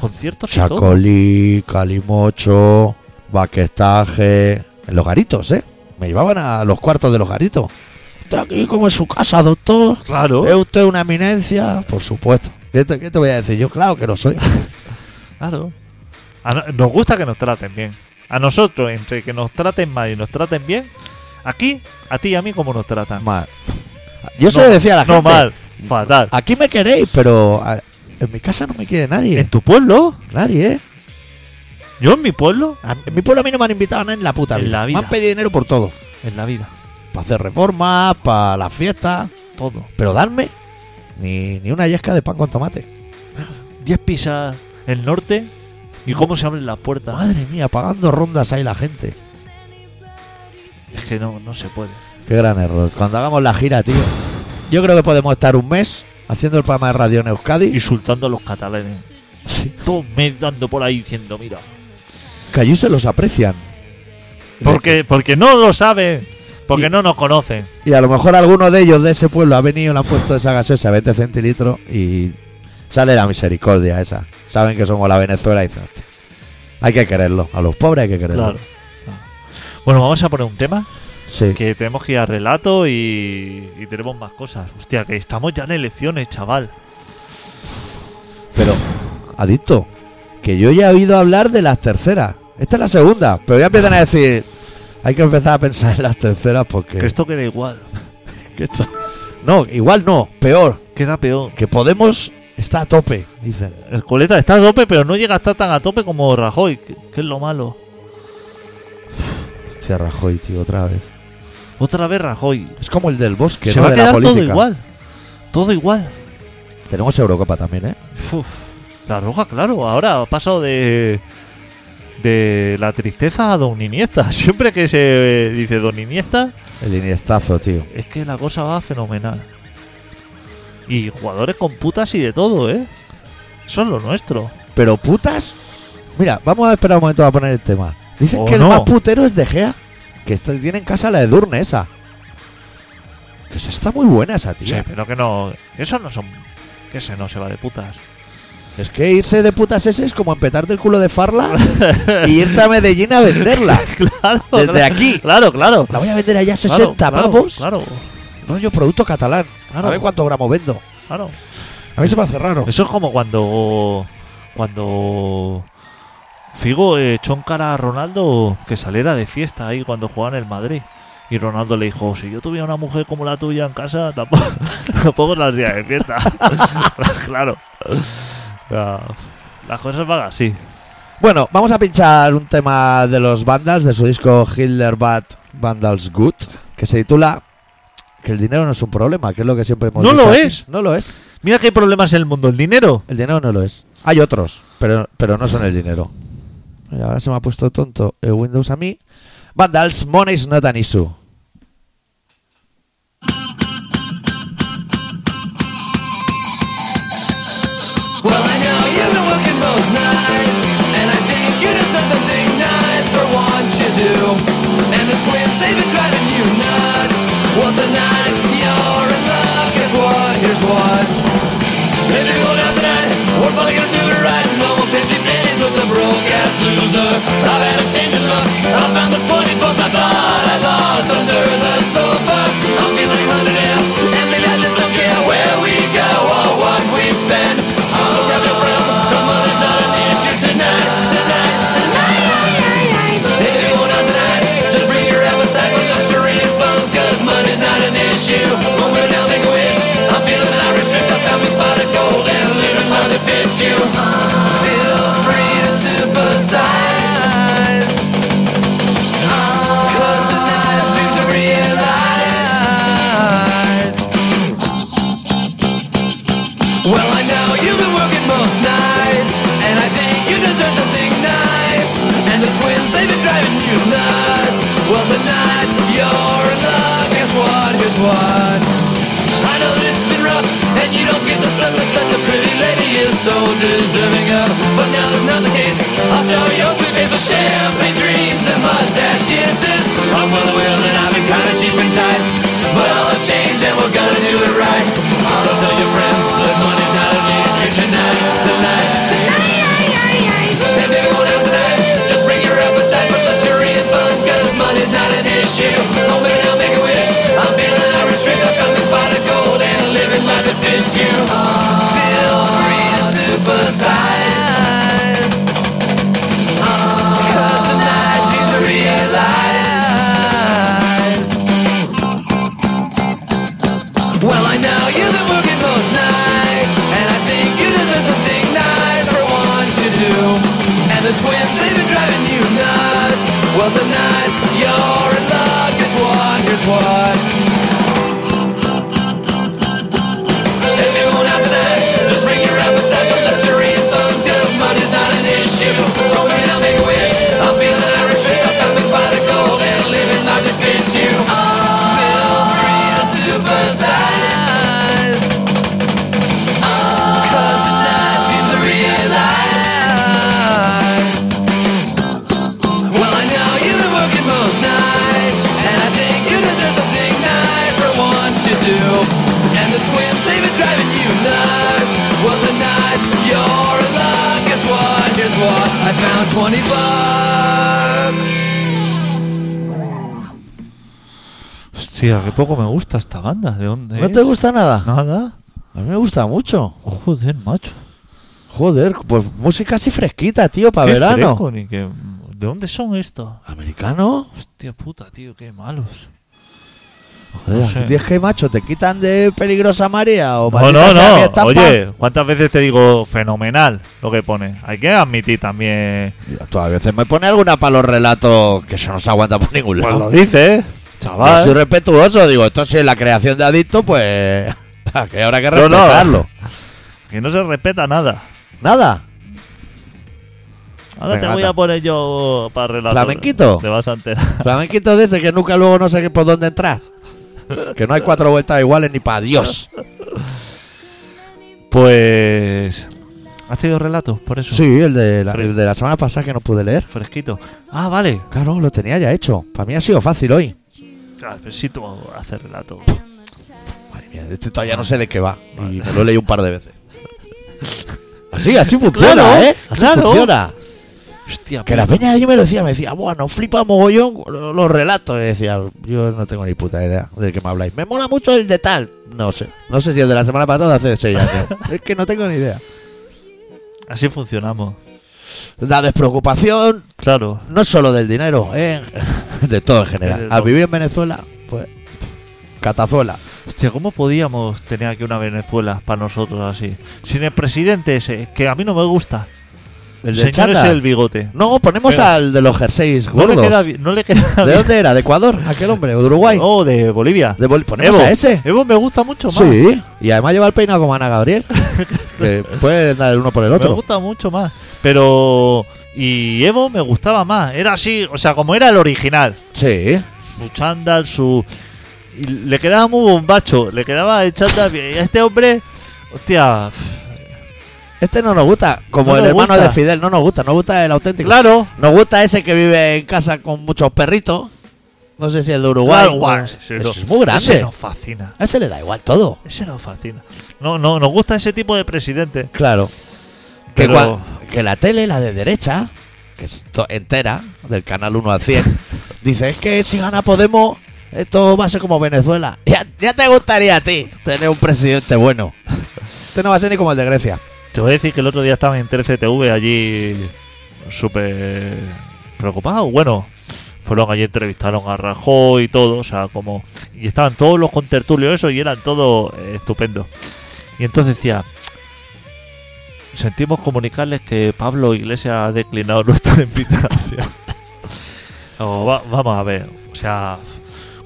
Conciertos y Pues todo. Chacolí, Calimocho, Baquetaje, en los garitos, ¿eh? Me llevaban a los cuartos de los garitos. Está aquí como en su casa, doctor. Claro. ¿Es usted una eminencia? Por supuesto. ¿Qué te, qué te voy a decir yo? Claro que no soy. Claro. A no- nos gusta que nos traten bien. A nosotros, entre que nos traten mal y nos traten bien, aquí, a ti y a mí, como nos tratan. Mal. Yo se No, lo decía a la no gente. mal, fatal. Aquí me queréis, pero a- en mi casa no me quiere nadie. ¿En tu pueblo? Nadie, ¿eh? ¿Yo en mi pueblo? A- en mi pueblo a mí no me han invitado a nadie en la puta En vida. la vida. Me han pedido dinero por todo. En la vida. Para hacer reformas, para las fiestas. Todo. Pero darme ni, ni una yesca de pan con tomate. Diez pisas el norte y cómo se abren las puertas. Madre mía, pagando rondas ahí la gente. Es que no, no se puede. Qué gran error. Cuando hagamos la gira, tío. Yo creo que podemos estar un mes haciendo el programa de radio en Euskadi. Insultando a los catalanes. Sí. Todos me dando por ahí diciendo, mira. Que allí se los aprecian. Porque, porque no lo saben. Porque Y- no nos conocen. Y a lo mejor alguno de ellos de ese pueblo ha venido, le han puesto esa gaseosa 20 centilitros y sale la misericordia esa. Saben que somos la Venezuela y dicen, "Hostia, hay que quererlo. A los pobres hay que quererlo. Claro. Claro. Bueno, vamos a poner un tema. Sí. Que tenemos que ir a relato y, y tenemos más cosas. Hostia, que estamos ya en elecciones, chaval. Pero, adicto, que yo ya he oído hablar de las terceras. Esta es la segunda, pero ya empiezan a decir, hay que empezar a pensar en las terceras porque... Que esto queda igual. que esto- No, igual no, peor, Queda peor. que Podemos está a tope, dicen. El coleta está a tope, pero no llega a estar tan a tope como Rajoy, que, que es lo malo. Hostia, Rajoy, tío, otra vez. Otra vez Rajoy. Es como el del bosque, Se ¿no? va a de la quedar todo política. igual. Todo igual. Tenemos Eurocopa también, ¿eh? Uf. La roja, claro. Ahora ha pasado de. De la tristeza a Don Iniesta. Siempre que se eh, dice Don Iniesta, El iniestazo, tío. es que la cosa va fenomenal. Y jugadores con putas y de todo, ¿eh? Eso es lo nuestro. Pero putas. Mira, vamos a esperar un momento a poner el tema. Dicen O que el no. más putero es De Gea. Que está- tiene en casa la de Durne esa. Que esa está muy buena esa, Sí, tía. pero que no. Eso no son. Que se no se va de putas. Es que irse de putas ese es como empetarte el culo de Farla y irte a Medellín a venderla. claro. Desde claro, aquí. Claro, claro. La voy a vender allá a Claro, 60 claro, pavos. Claro, Rollo producto catalán. Claro. A ver cuántos gramos vendo. claro. A mí se me hace raro. Eso es como cuando. Cuando. Figo eh, echó en cara a Ronaldo que saliera de fiesta ahí cuando jugaba en el Madrid. Y Ronaldo le dijo: Si yo tuviera una mujer como la tuya en casa, tampoco, tampoco la haría de fiesta. claro. Ya, Las cosas van así. Bueno, vamos a pinchar un tema de los Vandals de su disco Hitler Bad Vandals Good, que se titula Que el dinero no es un problema, que es lo que siempre hemos No dicho lo aquí. es. No lo es. Mira que hay problemas en el mundo. El dinero. El dinero no lo es. Hay otros, pero, pero no son el dinero. Mira, ahora se me ha puesto tonto el Windows a mí. Vandals, Money's not an issue. do. And the twins, they've been driving you nuts. Well, tonight, you're in love. Guess what? Here's what. If you go down tonight, we're probably gonna do it right. No more pitchy pennies with a broke ass loser. I've had a change of luck. I found the 20 bucks I thought I lost under the sofa. I'm feeling hunted out, and maybe I just don't care where we go or what we spend. So grab your friends, come on, it's not an issue tonight, tonight, tonight. If you want out tonight, just bring your appetite for luxury and fun, 'cause money's not an issue. When we're down, make a wish. I'm feeling Irish, rich, I found me pot of gold and living life that fits you. Feel free to supersize. 'Cause tonight dreams are realized. Well, I know you've been working most nights, and I think you deserve something nice. And the twins, they've been driving you nuts. Well, tonight you're in love. Guess what? Here's what. I know that it's been rough, and you don't get the sun that such a pretty lady is so deserving of. But now that's not the case. I'll shower your sweet paper champagne dreams and mustache kisses. I'm well aware that I've been kinda cheap and tight, but all has changed and we're gonna do it right. So tell your friends that money's not an issue tonight, tonight. If you're going out tonight, just bring your appetite for luxury and fun, 'cause money's not an issue. Oh, maybe I'll make a wish. I'm feeling Irish rich, I found the pot of gold and living life that fits you. Feel free to supersize. 'Cause tonight dreams are realized. Well, I know you've been working most nights, and I think you deserve something nice for once you do. And the twins, they've been driving you nuts. Well, tonight you're in luck. Guess what? Here's what. If you want out tonight, just bring your appetite for luxury and fun, 'cause money's not an issue. Throw me down, make a wish. I'm feeling Irish rich. I found me pot of gold and living life that fits you. Feel free to supersize. 'Cause tonight dreams are realized. Well, I know you've been working most nights, and I think you deserve something nice for once you do. And the twins, they've been driving you nuts. Well, tonight you're in luck. Guess what? Here's what I found: twenty bucks. Hostia, que poco me gusta esta banda. ¿De dónde ¿No es? te gusta nada? ¿Eh? Nada. A mí me gusta mucho. Joder, macho. Joder, pues música así fresquita, tío, para Qué verano. fresco, ni que- ¿De dónde son estos? ¿Americano? Hostia puta, tío, qué malos. Joder, No sé. tío, es que macho, ¿te quitan de peligrosa María o No, maldita no, sea mi no. estampa? Oye, ¿cuántas veces te digo fenomenal lo que pone? Hay que admitir también. Tú a veces me pone alguna para los relatos que eso no se aguanta por ningún Pues lado. lo Yo dices, soy chaval. respetuoso, digo, esto si es la creación de adicto, pues. que habrá que No, no. respetarlo. Que no se respeta nada. Nada. Ahora Venga, te voy anda. a poner yo para relatar. ¿Flamenquito? Te vas a enterar. Flamenquito de ese que nunca luego no sé qué- por dónde entrar. Que no hay cuatro vueltas iguales ni para Dios. Pues. ¿Has tenido relatos por eso? Sí, el de, la, el de la semana pasada que no pude leer. Fresquito. Ah, vale. Claro, lo tenía ya hecho. Para mí ha sido fácil hoy. Claro, pero sí tú haces relatos. Madre mía, este todavía no sé de qué va. Y me lo he leído un par de veces. Así, así funciona, Claro, ¿eh? Así claro. funciona. Hostia, Que la peña de allí me lo decía, me decía, bueno, flipa mogollón lo- los relatos. Y decía, yo no tengo ni puta idea de qué me habláis. Me mola mucho el de tal. No sé, no sé si el de la semana pasada o de hace seis años. es que no tengo ni idea. pues, Así funcionamos. La despreocupación Claro. no es solo del dinero, ¿eh? de todo en general. De Al todo. vivir en Venezuela, pues, pff, catazuela. Hostia, ¿cómo podíamos tener aquí una Venezuela para nosotros así? Sin el presidente ese, que a mí no me gusta. El de señor Chata. ese del bigote. No, ponemos Espera. al de los jerseys No le gordos. queda bien. No le queda ¿De bien. dónde era? ¿De Ecuador? ¿Aquel hombre? ¿O ¿De Uruguay? Oh, de Bolivia. ¿De Bol- ¿Ponemos Evo. a ese? Evo me gusta mucho más. Sí, y además lleva el peinado como Ana Gabriel. que puede dar el uno por el Me otro. gusta mucho más. Pero. Y Evo me gustaba más. Era así, o sea, como era el original. Sí. Su chándal, su. y le quedaba muy bombacho. Le quedaba el chándal bien. Y a este hombre. Hostia. Este no nos gusta, como No el nos hermano gusta. de Fidel, no nos gusta, nos gusta el auténtico. Claro. Nos gusta ese que vive en casa con muchos perritos. No sé si es de Uruguay. Claro, guau, no. ese Eso no- es muy grande. Ese nos fascina. A ese le da igual todo. Ese nos fascina. No, no, nos gusta ese tipo de presidente. Claro. Que, Pero- cua- que la tele, la de derecha, que es to- entera, del canal 1 al 100, dice: Es que si gana Podemos, esto va a ser como Venezuela. Ya, ya te gustaría a ti tener un presidente bueno. Este no va a ser ni como el de Grecia. Te voy a decir que el otro día estaba en 13TV allí súper preocupado. Bueno, fueron allí, entrevistaron a Rajoy y todo, o sea, como... Y estaban todos los contertulios eso y eran todos eh, estupendos. Y entonces decía... Sentimos comunicarles que Pablo Iglesias ha declinado nuestra invitación. Digo, "Va- vamos a ver, o sea,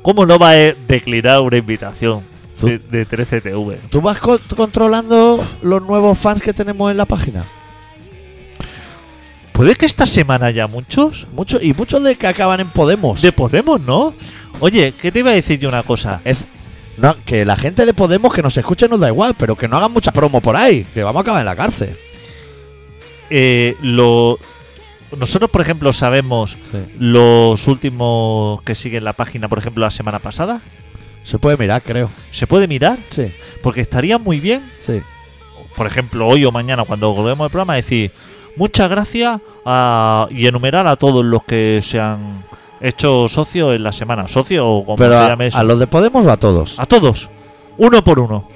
¿cómo no va a eh, declinar una invitación de, de 13TV? ¿Tú vas co- controlando los nuevos fans que tenemos en la página? ¿Puede que esta semana haya muchos? Muchos, y muchos de que acaban en Podemos. De Podemos, ¿no? Oye, ¿qué te iba a decir yo una cosa? Es no, que la gente de Podemos que nos escuche nos da igual, pero que no hagan mucha promo por ahí, que vamos a acabar en la cárcel. Eh, lo... Nosotros, por ejemplo, sabemos Sí. los últimos que siguen la página, por ejemplo, la semana pasada. Se puede mirar, creo. ¿Se puede mirar? Sí, Porque estaría muy bien, sí. por ejemplo, hoy o mañana, cuando volvemos al programa, decir muchas gracias a- y enumerar a todos los que se han hecho socios en la semana. Socio o como Pero se a, llame eso. Ah, a los de Podemos o a todos. A todos. Uno por uno.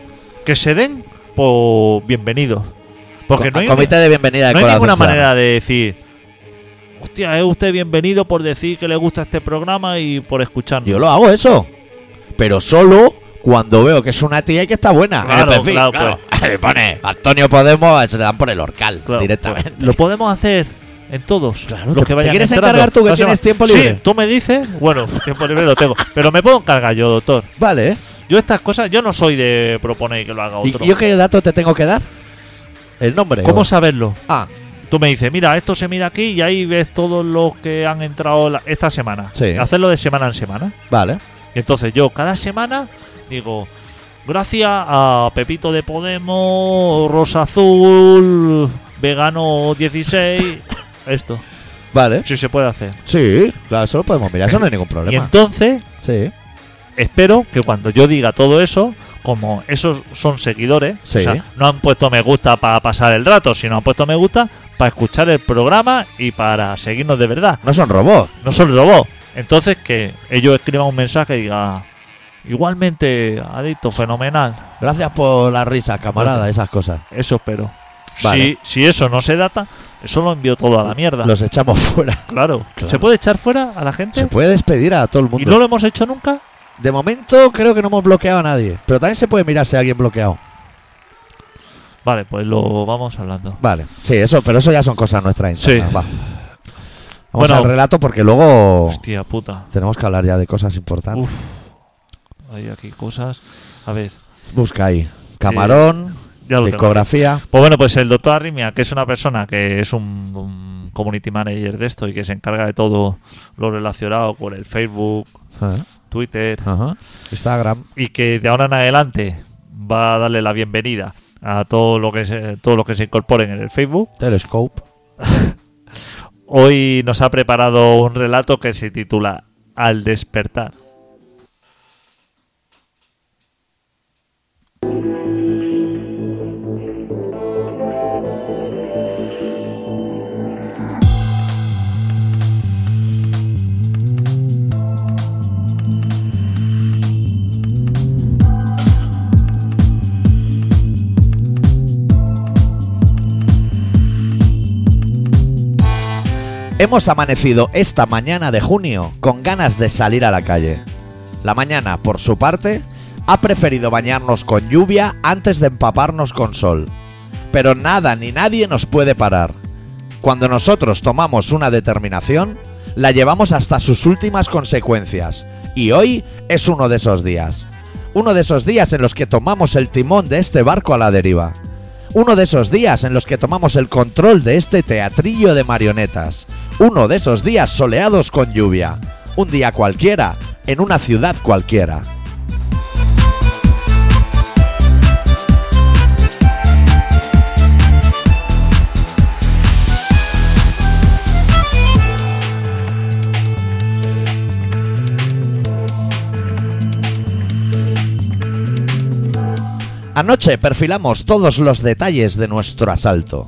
Que se den por bienvenidos. Porque Co- no hay, comité de bienvenida de no hay Corazón ninguna Ciudadano. manera de decir. Hostia, es usted bienvenido por decir que le gusta este programa y por escucharnos. Yo lo hago eso. Pero solo cuando veo que es una tía y que está buena. en el Claro, perfil, claro, Le pone Antonio Podemos, eh, se le dan por el orcal Claro, directamente. pues, Lo podemos hacer en todos. Claro, los te- que te vayan quieres entrando. encargar tú, que La tienes semana- tiempo libre. Sí, tú me dices. Bueno, tiempo libre lo tengo. Pero me puedo encargar yo, doctor. Vale, ¿eh? Yo estas cosas, yo no soy de proponer que lo haga ¿Y otro. yo qué datos te tengo que dar? El nombre. ¿Cómo o- saberlo? Ah, Tú me dices, mira, esto se mira aquí y ahí ves todos los que han entrado la- esta semana. Sí. Hacerlo de semana en semana. vale. Y entonces yo cada semana digo, gracias a Pepito de Podemos, Rosa Azul, Vegano 16, esto. Vale. Si se puede hacer. Sí, claro, eso lo podemos mirar, eso no hay ningún Y problema. entonces Sí, espero que cuando yo diga todo eso, como esos son seguidores, Sí. o sea, no han puesto me gusta para pasar el rato, sino han puesto me gusta para escuchar el programa y para seguirnos de verdad. no son robots. no son robots. Entonces que ellos escriban un mensaje y diga igualmente adicto, fenomenal, Gracias por las risas, camarada, esas cosas. eso espero. Vale. Si, si eso no se data, eso lo envío todo a la mierda. Los echamos fuera. Claro. Claro. ¿Se puede echar fuera a la gente? Se puede despedir a todo el ¿Y mundo. no lo hemos hecho nunca? De momento creo que no hemos bloqueado a nadie. Pero también se puede mirar si hay alguien bloqueado. Vale, pues lo vamos hablando. Vale. Sí, eso, pero eso ya son cosas nuestras internas. Sí. va. Vamos Bueno. al relato porque luego Hostia puta. tenemos que hablar ya de cosas importantes. Uf. Hay aquí cosas. A ver, Busca ahí. Camarón, Eh, ya lo tengo. discografía. Pues bueno, pues el doctor Arrimia, que es una persona que es un, un community manager de esto y que se encarga de todo lo relacionado con el Facebook, Ah, Twitter, ajá. Instagram. y que de ahora en adelante va a darle la bienvenida a todo lo que se, todos los que se incorporen en el Facebook. Telescope. Hoy nos ha preparado un relato que se titula Al despertar. Hemos amanecido esta mañana de junio con ganas de salir a la calle. La mañana, por su parte, ha preferido bañarnos con lluvia antes de empaparnos con sol. Pero nada ni nadie nos puede parar. Cuando nosotros tomamos una determinación, la llevamos hasta sus últimas consecuencias. Y hoy es uno de esos días. Uno de esos días en los que tomamos el timón de este barco a la deriva. Uno de esos días en los que tomamos el control de este teatrillo de marionetas. Uno de esos días soleados con lluvia. Un día cualquiera, en una ciudad cualquiera. Anoche perfilamos todos los detalles de nuestro asalto.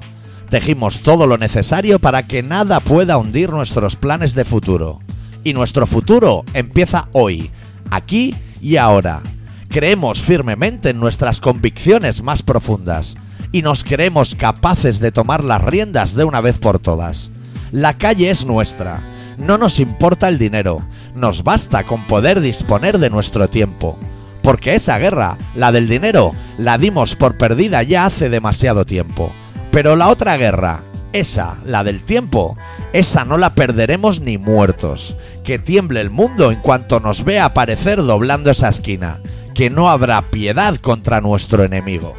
Tejimos todo lo necesario para que nada pueda hundir nuestros planes de futuro. Y nuestro futuro empieza hoy, aquí y ahora. Creemos firmemente en nuestras convicciones más profundas y nos creemos capaces de tomar las riendas de una vez por todas. La calle es nuestra. No nos importa el dinero. Nos basta con poder disponer de nuestro tiempo. Porque esa guerra, la del dinero, la dimos por perdida ya hace demasiado tiempo. Pero la otra guerra, esa, la del tiempo, esa no la perderemos ni muertos. Que tiemble el mundo en cuanto nos vea aparecer doblando esa esquina. Que no habrá piedad contra nuestro enemigo.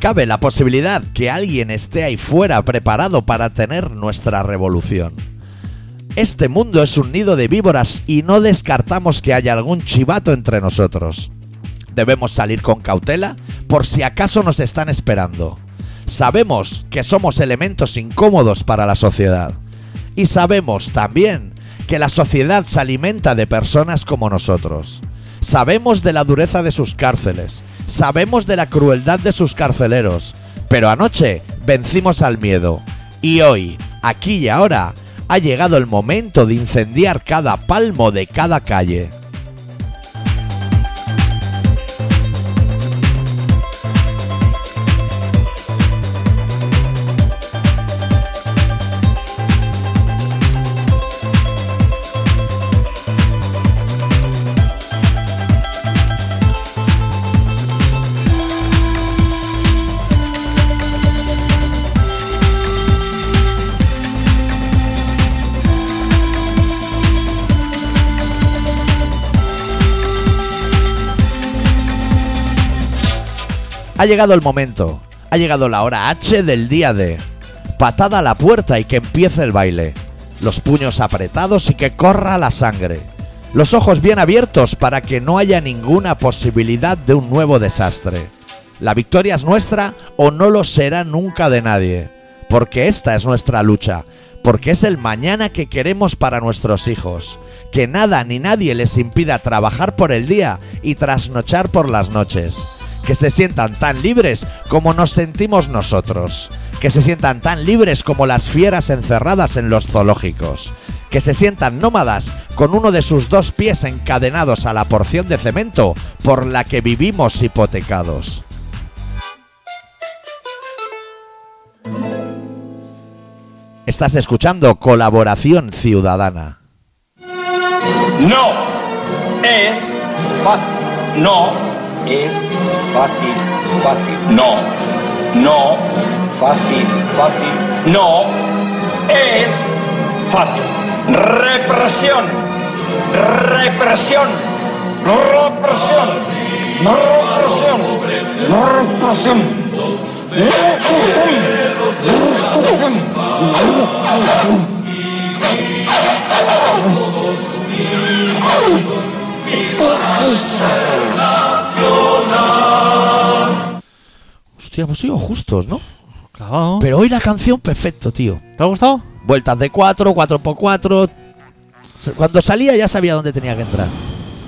Cabe la posibilidad que alguien esté ahí fuera preparado para tener nuestra revolución. Este mundo es un nido de víboras y no descartamos que haya algún chivato entre nosotros. Debemos salir con cautela por si acaso nos están esperando. Sabemos que somos elementos incómodos para la sociedad. Y sabemos también que la sociedad se alimenta de personas como nosotros. Sabemos de la dureza de sus cárceles, sabemos de la crueldad de sus carceleros, pero anoche vencimos al miedo. Y hoy, aquí y ahora, ha llegado el momento de incendiar cada palmo de cada calle. Ha llegado el momento. Ha llegado la hora H del día D. Patada a la puerta y que empiece el baile. Los puños apretados y que corra la sangre. Los ojos bien abiertos para que no haya ninguna posibilidad de un nuevo desastre. La victoria es nuestra o no lo será nunca de nadie. Porque esta es nuestra lucha. Porque es el mañana que queremos para nuestros hijos. Que nada ni nadie les impida trabajar por el día y trasnochar por las noches que se sientan tan libres como nos sentimos nosotros, que se sientan tan libres como las fieras encerradas en los zoológicos, que se sientan nómadas con uno de sus dos pies encadenados a la porción de cemento por la que vivimos hipotecados. Estás escuchando Colaboración Ciudadana. No es fácil. No es fácil, fácil. No, no, fácil, fácil. No es fácil. Represión, represión, represión, represión, represión. represión, represión. Hostia, hemos sido justos, ¿no? Clavado. Pero hoy la canción perfecto, tío. ¿Te ha gustado? Vueltas de 4, 4 por 4. Cuando salía ya sabía dónde tenía que entrar.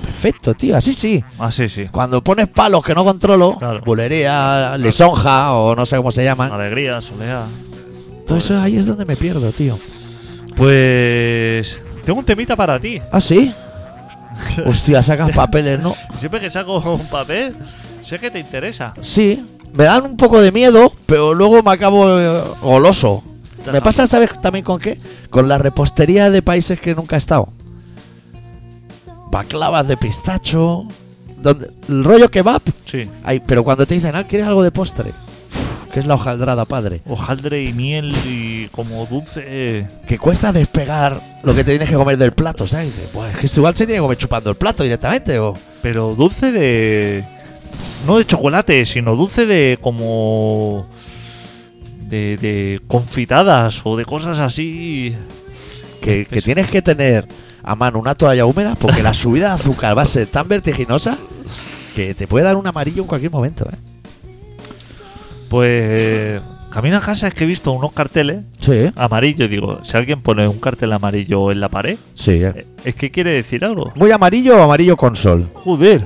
Perfecto, tío, así sí. Ah, sí, sí. Cuando pones palos que no controlo, Claro. bulería, lisonja o no sé cómo se llaman, Alegría, soledad. todo eso ahí es donde me pierdo, tío. Pues. Tengo un temita para ti. ¿Ah, sí? Hostia, sacas papeles, ¿no? Siempre que saco un papel, sé que te interesa. Sí, me dan un poco de miedo, pero luego me acabo eh, goloso. Me pasa, ¿sabes también con qué? Con la repostería de países que nunca he estado. Baclavas de pistacho. Donde, el rollo kebab. Sí. Ay, pero cuando te dicen, ah, ¿quieres algo de postre? Uf, que es la hojaldrada, padre. Hojaldre y miel y como dulce. eh, Que cuesta despegar lo que te tienes que comer del plato, ¿sabes? Dices, "Buah, es que esto igual se tiene que comer chupando el plato directamente. O, Pero dulce de. No de chocolate, sino dulce de como. De, de confitadas o de cosas así. que, que tienes que tener a mano una toalla húmeda porque la subida de azúcar va a ser tan vertiginosa que te puede dar un amarillo en cualquier momento. ¿eh? Pues. Camino a casa es que he visto unos carteles Sí, amarillos. Digo, si alguien pone un cartel amarillo en la pared, sí. eh, es que quiere decir algo. ¿Muy amarillo o amarillo con sol? Joder.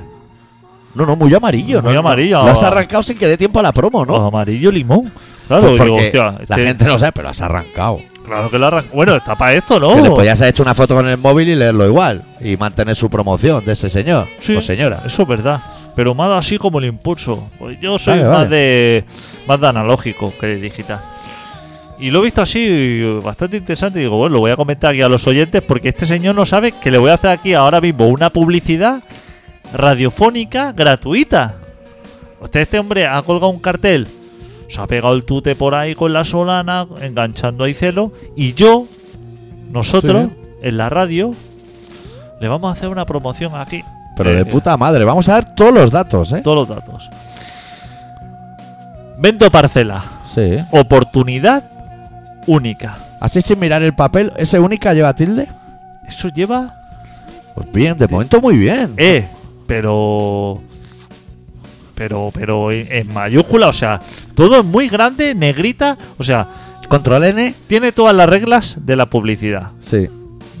No, no, muy amarillo. Muy ¿no? amarillo. Lo has arrancado sin que dé tiempo a la promo, ¿no? o amarillo limón. Pues Claro, digo, porque hostia, la este- gente no sabe, pero lo has arrancado. Claro que lo arranca. Bueno, está para esto, ¿no? Que le podías haber hecho una foto con el móvil y leerlo igual. Y mantener su promoción de ese señor Sí, o Pues señora. Eso es verdad. Pero me ha dado así como el impulso. Pues yo soy Vale, más vale. de. más de analógico que de digital. Y lo he visto así bastante interesante. Y digo, bueno, lo voy a comentar aquí a los oyentes porque este señor no sabe que le voy a hacer aquí ahora mismo una publicidad radiofónica gratuita. Usted, este hombre, ha colgado un cartel. Se ha pegado el tute por ahí con la solana, enganchando ahí celo. Y yo, nosotros, en la radio, le vamos a hacer una promoción aquí. Pero Eh, de puta madre. Vamos a dar todos los datos, ¿eh? todos los datos. Vendo parcela. Sí. Oportunidad única. Así sin mirar el papel, ¿ese única lleva tilde? Eso lleva Pues bien, de momento muy bien. E, pero. Pero, pero en, en mayúscula, o sea, todo es muy grande, negrita, o sea, Control N. tiene todas las reglas de la publicidad. Sí.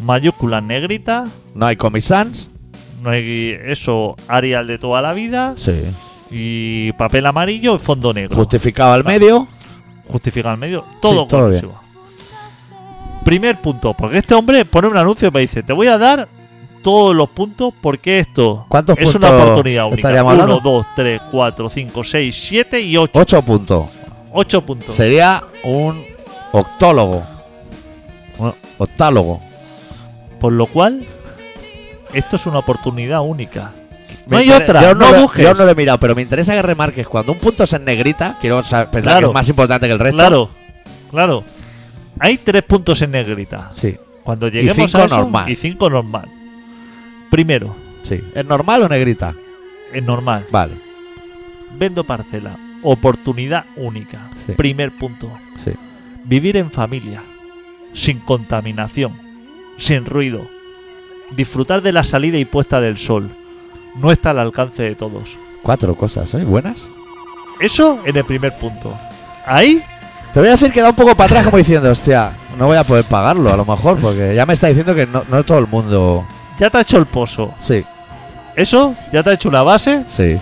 Mayúscula, negrita, No hay Comic Sans. no hay eso, Arial de toda la vida, Sí. y papel amarillo y fondo negro. Justificado al Vale. medio. justificar el medio, todo, Sí, todo bien. cursiva. Primer punto, porque este hombre pone un anuncio y me dice, te voy a dar todos los puntos porque esto ¿Cuántos es una puntos oportunidad única. estaríamos hablando? 1, 2, 3, 4, 5, 6, 7 y 8. Ocho puntos. 8 puntos. Sería un octólogo. Un octálogo. Por lo cual, esto es una oportunidad única. Me No hay inter- otra, yo no lo- busques. Yo no lo he mirado, pero me interesa que remarques cuando un punto es en negrita. Quiero sa- pensar Claro. que es más importante que el resto. Claro, claro. Hay 3 puntos en negrita. Sí, Cuando lleguemos cinco a eso, normal. y 5 normal. Primero, sí. ¿Es normal o negrita? es normal. Vale. Vendo parcela. Oportunidad única. Sí. Primer punto. Sí. Vivir en familia. Sin contaminación. Sin ruido. Disfrutar de la salida y puesta del sol. No está al alcance de todos. Cuatro cosas, ¿eh? Buenas. Eso en el primer punto. Ahí, Te voy a decir que da un poco para atrás como diciendo, hostia, no voy a poder pagarlo a lo mejor, porque ya me está diciendo que no, no todo el mundo... ya te ha hecho el pozo. Sí, Eso ya te ha hecho una base sí.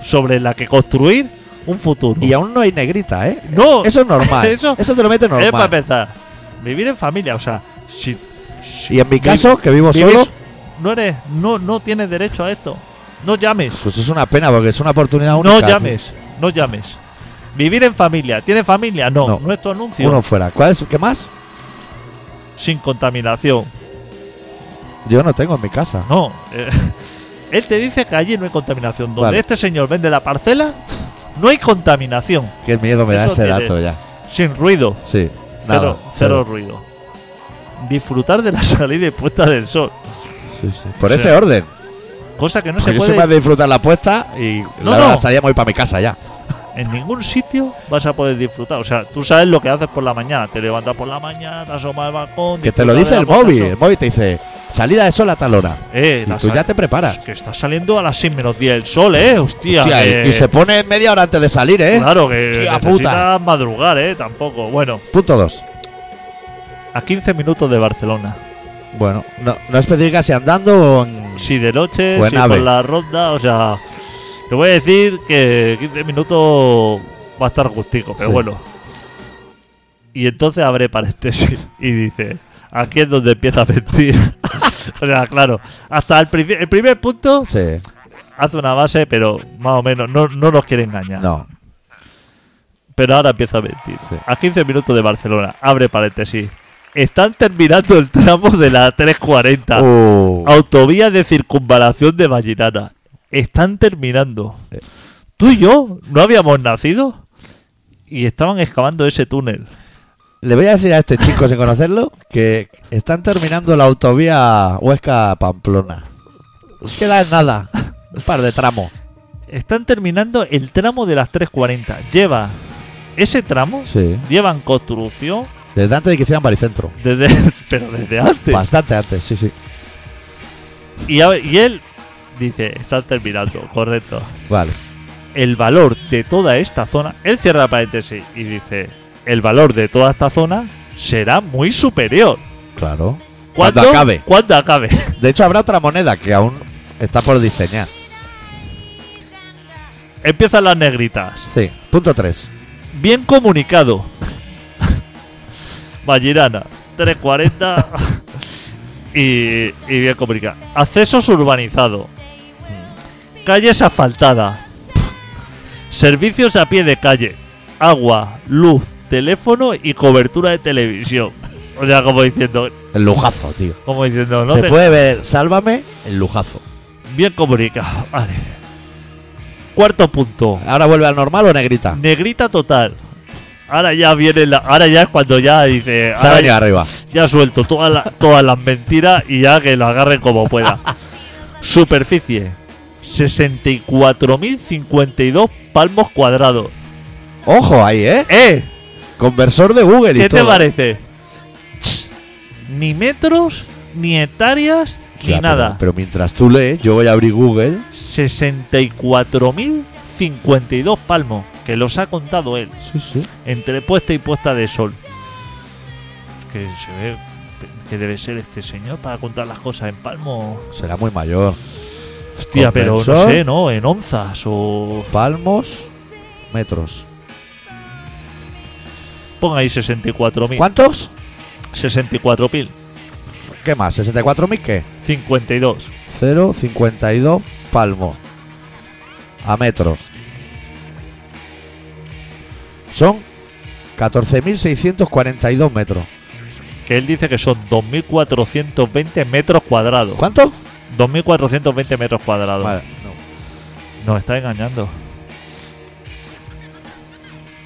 sobre la que construir un futuro. Y aún no hay negrita, ¿eh? no, Eso es normal. Eso- eso, te lo mete es para normal. empezar. Vivir en familia, o sea, si, si Y en mi vi- caso, que vivo Vivís- solo, No eres, no, no tienes derecho a esto. No llames. pues es una pena porque es una oportunidad única. No tío. llames. No llames. Vivir en familia. ¿Tiene familia? No. No. No, es tu anuncio. Uno fuera. ¿Cuál es? ¿Qué más? Sin contaminación. Yo no tengo en mi casa. No. eh, él te dice que allí no hay contaminación. Donde Vale. este señor vende la parcela, no hay contaminación. Qué miedo me da Eso ese tiene- dato ya. Sin ruido. Sí. nada, Cero, cero ruido. Disfrutar de la salida y puesta del sol. Sí, sí. Por O ese sea, orden. Cosa que no Porque se Pues yo soy puede más de disfrutar la apuesta y No, la, no. verdad salía muy para mi casa ya. En ningún sitio vas a poder disfrutar. O sea, tú sabes lo que haces por la mañana. Te levantas por la mañana, te asomas al balcón. Que te lo dice disfrutas de el la puesta móvil. del El sol. móvil te dice salida de sol a tal hora. Eh, Y la tú sal- ya te preparas. Es que está saliendo a las 6 menos 10 el sol, eh. Hostia. Hostia, y- que- y se pone media hora antes de salir, ¿eh? Claro que Hostia necesitas puta. madrugar, eh. Tampoco. Bueno, Punto dos. a 15 minutos de Barcelona. Bueno, no, no especifica si andando o en... Si de noche, O en si ave. por la ronda. O sea, te voy a decir que 15 minutos va a estar gustico, pero Sí. bueno. Y entonces abre paréntesis y dice: aquí es donde empieza a mentir. o sea, claro, hasta el, princi- el primer punto Sí, hace una base, pero más o menos no, no nos quiere engañar. no. Pero ahora empieza a mentir. Sí. A 15 minutos de Barcelona, abre paréntesis. Están terminando el tramo de la 340. Uh, Oh. Autovía de circunvalación de Vallinana. Están terminando. Tú y yo no habíamos nacido y estaban excavando ese túnel. Le voy a decir a este chico sin conocerlo que están terminando la autovía Huesca-Pamplona. Queda en nada. Un par de tramos. Están terminando el tramo de las 340. Lleva ese tramo. Sí. Llevan construcción Desde antes de que hicieran Baricentro. Desde, pero desde antes. Bastante antes, sí, sí. Y, a- y él dice, están terminando, correcto. Vale. El valor de toda esta zona, él cierra paréntesis y dice, el valor de toda esta zona será muy superior. Claro. Cuando ¿Cuándo? acabe. Cuando acabe. De hecho, habrá otra moneda que aún está por diseñar. Empiezan las negritas. Sí. Punto 3. Bien comunicado. Vallirana, 340. y, y bien comunicado. Accesos urbanizados. Calles asfaltadas. Servicios a pie de calle. Agua, luz, teléfono y cobertura de televisión. O sea, como diciendo, El lujazo, tío. como diciendo, no Se te- puede ver, sálvame, el lujazo. bien comunicado. Vale. Cuarto punto. ¿Ahora vuelve al normal o negrita? Negrita total. Ahora ya viene la. Ahora ya es cuando ya dice. Se ha ahora venido ya, arriba. ya suelto todas la- todas las mentiras y ya que lo agarren como pueda. Superficie: 64.052 palmos cuadrados. Ojo ahí, ¿eh? ¡Eh! Conversor de Google y ¿Qué te todo. parece? Ch, Ni metros, ni hectáreas, Ya, ni pero- nada. Pero, mientras tú lees, yo voy a abrir Google. 64.052 palmos. Que los ha contado él. Sí, sí. entre puesta y puesta de sol. Es Que se ve que debe ser este señor para contar las cosas en palmo. Será muy mayor. Hostia, pero no Conversor, sé, ¿no? En onzas o. Palmos, metros. Ponga ahí 64.000. ¿Cuántos? 64.000. ¿Qué más? ¿64.000 qué? 52. 0,52 palmo a metro. Son 14.642 metros. Que él dice que son 2.420 metros cuadrados. ¿Cuánto? 2.420 metros cuadrados. Vale, no. Nos está engañando.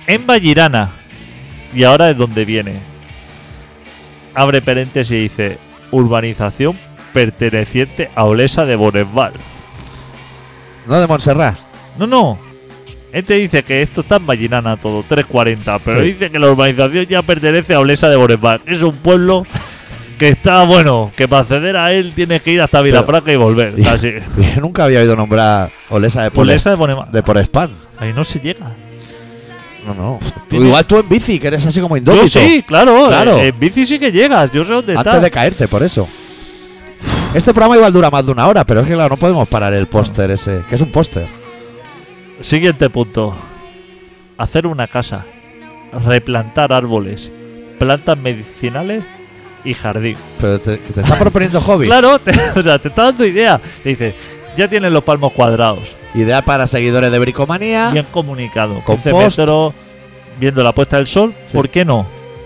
En Vallirana. Y ahora es donde viene. Abre paréntesis y dice: Urbanización perteneciente a Olesa de Bonesval. No, de Montserrat. No, no. Él te dice que esto está en Vallinana todo, 340. Pero Sí. dice que la urbanización ya pertenece a Olesa de Bonesval. Es un pueblo que está, bueno, que para acceder a él tienes que ir hasta Vilafranca y volver. Así. Yo nunca había oído nombrar Olesa de Poles. Ah, Olesa de Bonesval. De Porespan. Ahí no se llega. No, no. Tiene- Igual tú en bici, que eres así como Yo indómito. sí, claro, eh, Claro. En, en bici sí que llegas, yo sé dónde está. Antes de caerte, por eso. Este programa igual dura más de una hora, pero es que claro, no podemos parar el póster ese, que es un póster. Siguiente punto. Hacer una casa, replantar árboles, plantas medicinales y jardín. Pero te, que te está proponiendo hobby. Claro, te, o sea, te está dando idea. Te dice, ya tienes los palmos cuadrados, Ideal para seguidores de Bricomanía. bien comunicado, Compost. 15 metros, viendo la puesta del sol. Sí. ¿Por qué no?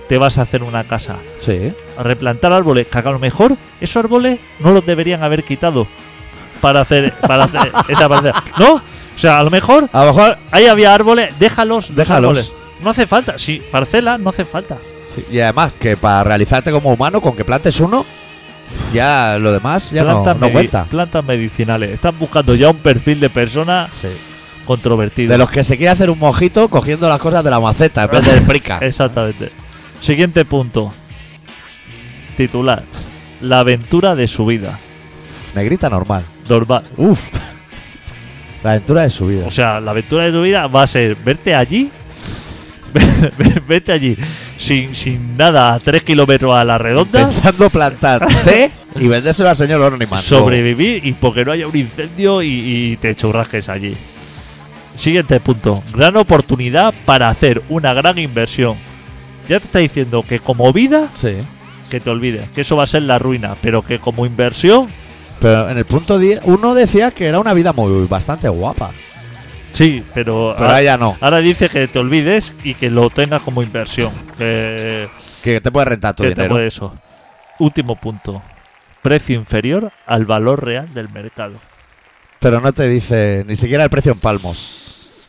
Te vas a hacer una casa, Sí. a replantar árboles, que a lo mejor esos árboles no los deberían haber quitado para hacer, para hacer esa parcela. ¿No? O sea, a lo mejor A lo mejor. Ahí había árboles, déjalos, los Déjalos. árboles. No hace falta, sí, parcela, no hace falta. sí, Y además, que para realizarte como humano, con que plantes uno, ya lo demás ya no, no medi- cuenta. plantas medicinales. Están buscando ya un perfil de persona Sí. controvertida. De los que se quiere hacer un mojito cogiendo las cosas de la maceta en vez del prica. Exactamente. Siguiente punto. Titular. La aventura de su vida. Negrita normal. Normal. Uf. La aventura de su vida. O sea, la aventura de tu vida va a ser verte allí. verte allí. Sin, sin nada, a 3 kilómetros a la redonda. Pensando plantar té y vendérselo al señor Orniman. sobrevivir y porque no haya un incendio y, y te churrasques allí. Siguiente punto. Gran oportunidad para hacer una gran inversión. Ya te está diciendo que como vida, Sí. que te olvides, que eso va a ser la ruina, pero que como inversión, Pero en el punto 10, uno decía que era una vida muy bastante guapa. sí, pero, Pero a- ahora ya no. ahora dice que te olvides y que lo tengas como inversión. Que, Que te puede rentar tu que te dinero. puede eso. Último punto. Precio inferior al valor real del mercado. Pero no te dice ni siquiera el precio en palmos.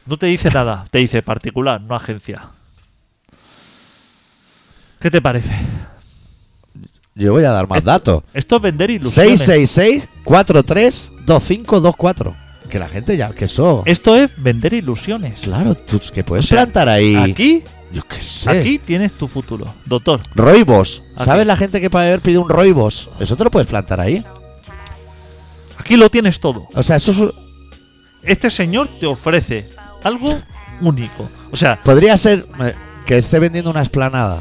No te dice nada, te dice particular, no agencia. ¿Qué te parece? Yo voy a dar más Esto- datos. Esto es vender Eh, ilusiones. 666-43-2524. Que la gente ya, que eso. Esto es vender ilusiones. Claro, tú, que puedes Eh, O sea, plantar ahí. Aquí Yo qué sé. Aquí tienes tu futuro, doctor. Roibos. Aquí. ¿Sabes la gente que para beber pide un roibos? Eso te lo puedes plantar ahí. Aquí lo tienes todo. O sea, eso es- Este señor te ofrece algo único. O sea, podría ser eh, que esté vendiendo una esplanada.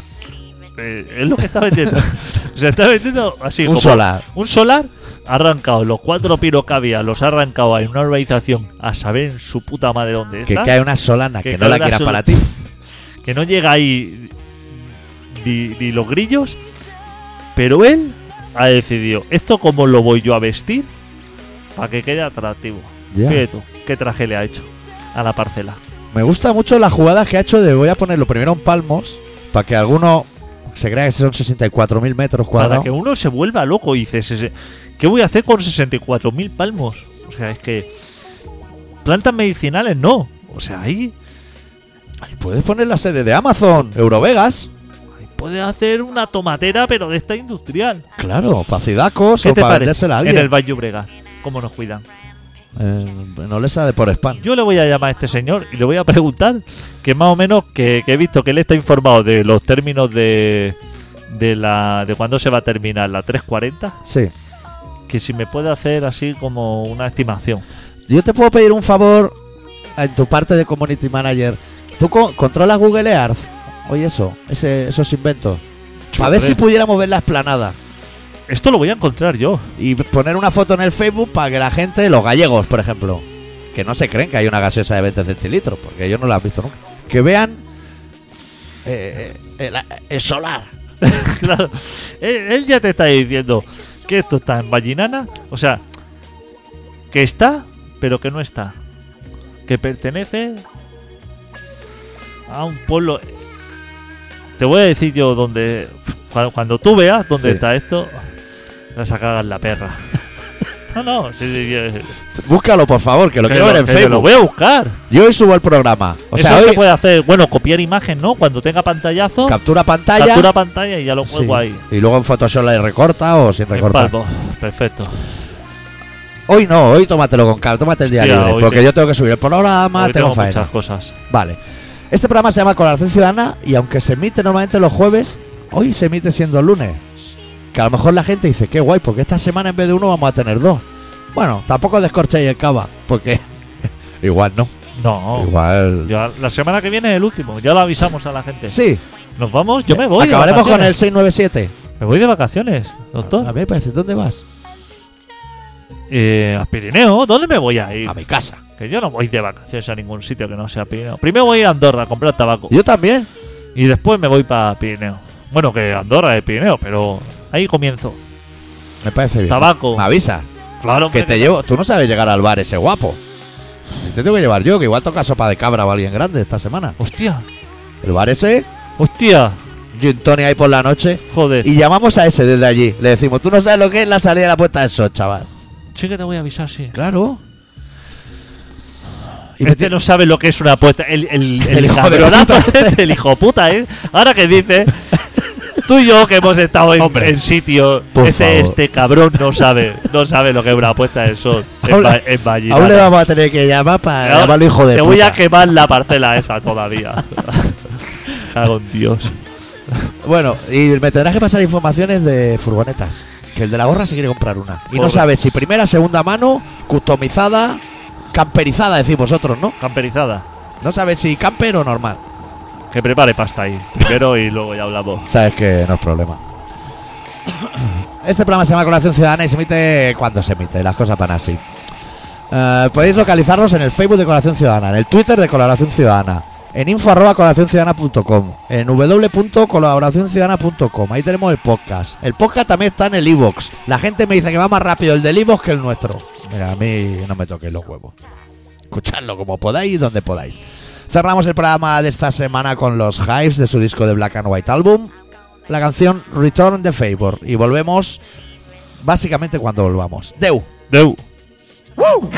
eh, es lo que está vendiendo. o sea, está vendiendo así. Un como- solar. Un solar ha arrancado los cuatro piros que había, los ha arrancado en una urbanización a saber en su puta madre dónde Que está. cae una solana que, no cae la una quiera sola- para ti. Que no llega ahí ni, ni los grillos. Pero él ha decidido, ¿esto cómo lo voy yo a vestir? Para que quede atractivo. Ya. Fíjate tú, qué traje le ha hecho a la parcela. Me gusta mucho la jugada que ha hecho de voy a ponerlo primero en palmos para que alguno se crea que son 64.000 metros Para cuadrados. que uno se vuelva loco y dice, "Sese- ¿qué voy a hacer con 64.000 palmos? O sea, es que plantas medicinales no. O sea, ahí, Ay, Puedes poner la sede de Amazon, Eurovegas. ahí puedes hacer una tomatera, pero de esta industrial. Claro, para Cidacos ¿Qué o te para parece? vendérsela a En el alguien. Valle Obregat, cómo nos cuidan. Eh, no le sale por spam. Yo le voy a llamar a este señor y le voy a preguntar que más o menos que, que he visto que él está informado de los términos de de la de cuándo se va a terminar la 340, Sí. que si me puede hacer así como una estimación. Yo te puedo pedir un favor en tu parte de community manager. ¿Tú co- controlas Google Earth? Oye, eso, ese- esos inventos. A ver Churre. si pudiéramos ver la esplanada Esto lo voy a encontrar yo. y poner una foto en el Facebook para que la gente, los gallegos, por ejemplo, que no se creen que hay una gaseosa de 20 centilitros, porque ellos no la han visto nunca, que vean eh, eh, el, el solar. claro. Él, él ya te está diciendo que esto está en Vallinana. O sea, que está, pero que no está. Que pertenece a un pueblo. Te voy a decir yo dónde. Cuando, cuando tú veas dónde Sí. está esto, vas a cagar la perra. No, no, sí, sí, sí, Búscalo, por favor, que lo que quiero ver en que Lo voy Facebook. a buscar. Yo hoy subo el programa. O sea, Eso se hoy puede hacer. Bueno, copiar imagen, ¿no? Cuando tenga pantallazo, captura pantalla. captura pantalla y ya lo Sí. juego ahí. Y luego en Photoshop la recorta o sin En recortar. palmo. Perfecto. Hoy no, hoy tómatelo con calma, tómate el día Hostia, libre, hoy porque te- yo tengo que subir el programa, Hoy tengo, tengo faena. muchas cosas. Vale. Este programa se llama Colaboración Ciudadana y aunque se emite normalmente los jueves, hoy se emite siendo lunes. Que a lo mejor la gente dice, qué guay, porque esta semana en vez de uno vamos a tener dos. Bueno, tampoco descorchéis el cava, porque igual no. No. Igual. Ya, la semana que viene es el último. Ya lo avisamos a la gente. Sí, Nos vamos. Yo me voy. de acabaremos con el vacaciones. 697. Me voy de vacaciones, A doctor. mí me parece, ¿dónde vas? Eh, a Pirineo. ¿Dónde me voy a ir? A mi casa. Que yo no voy de vacaciones a ningún sitio que no sea Pirineo. Primero voy a ir a Andorra a comprar tabaco. Yo también. Y después me voy para Pirineo. Bueno, que Andorra es Pirineo, pero ahí comienzo. Me parece bien. Tabaco. Me avisa. Claro, Que hombre, te llevo. Tú no sabes llegar al bar ese guapo. Te tengo que llevar yo, que igual toca sopa de cabra o alguien grande esta semana. Hostia, El bar ese, hostia. gin tonic ahí por la noche. Joder. Y llamamos a ese desde allí. Le decimos, tú no sabes lo que es la salida de la puerta del sol, chaval. Sí que te voy a avisar, sí. Claro. Y este no sabe lo que es una apuesta. El, el, el, El hijo de cabronazo puta. es el hijo puta, ¿eh? Ahora que dice, tú y yo que hemos estado en, en sitio, Por este, favor. este cabrón no sabe, no sabe lo que es una apuesta del sol en, Aún- Va- en Vallinata. Aún le vamos a tener que llamar para Ahora llamarlo hijo de Te puta. voy a quemar la parcela esa todavía. Cago en Dios. Bueno, y me tendrás que pasar informaciones de furgonetas. Que el de la gorra se quiere comprar una. Y no Joder. sabe si primera, segunda mano, customizada, camperizada, decís vosotros, ¿no? Camperizada. No sabe si camper o normal. Que prepare pasta ahí. Primero y luego ya hablamos. Sabes que no es problema. Este programa se llama Colaboración Ciudadana y se emite cuando se emite, las cosas van así. Eh, podéis localizarnos en el Facebook de Colaboración Ciudadana, en el Twitter de Colaboración Ciudadana, en info arroba colaboracionciudadana.com, en www.colaboracionciudadana.com. Ahí tenemos el podcast. El podcast también está en el iBox. La gente me dice que va más rápido el del iBox que el nuestro. Mira, a mí no me toquéis los huevos. Escuchadlo como podáis y donde podáis. Cerramos el programa de esta semana con los Hives de su disco de Black and White Album, la canción Return the Favor. Y volvemos básicamente cuando volvamos. Deu. Deu. Woo!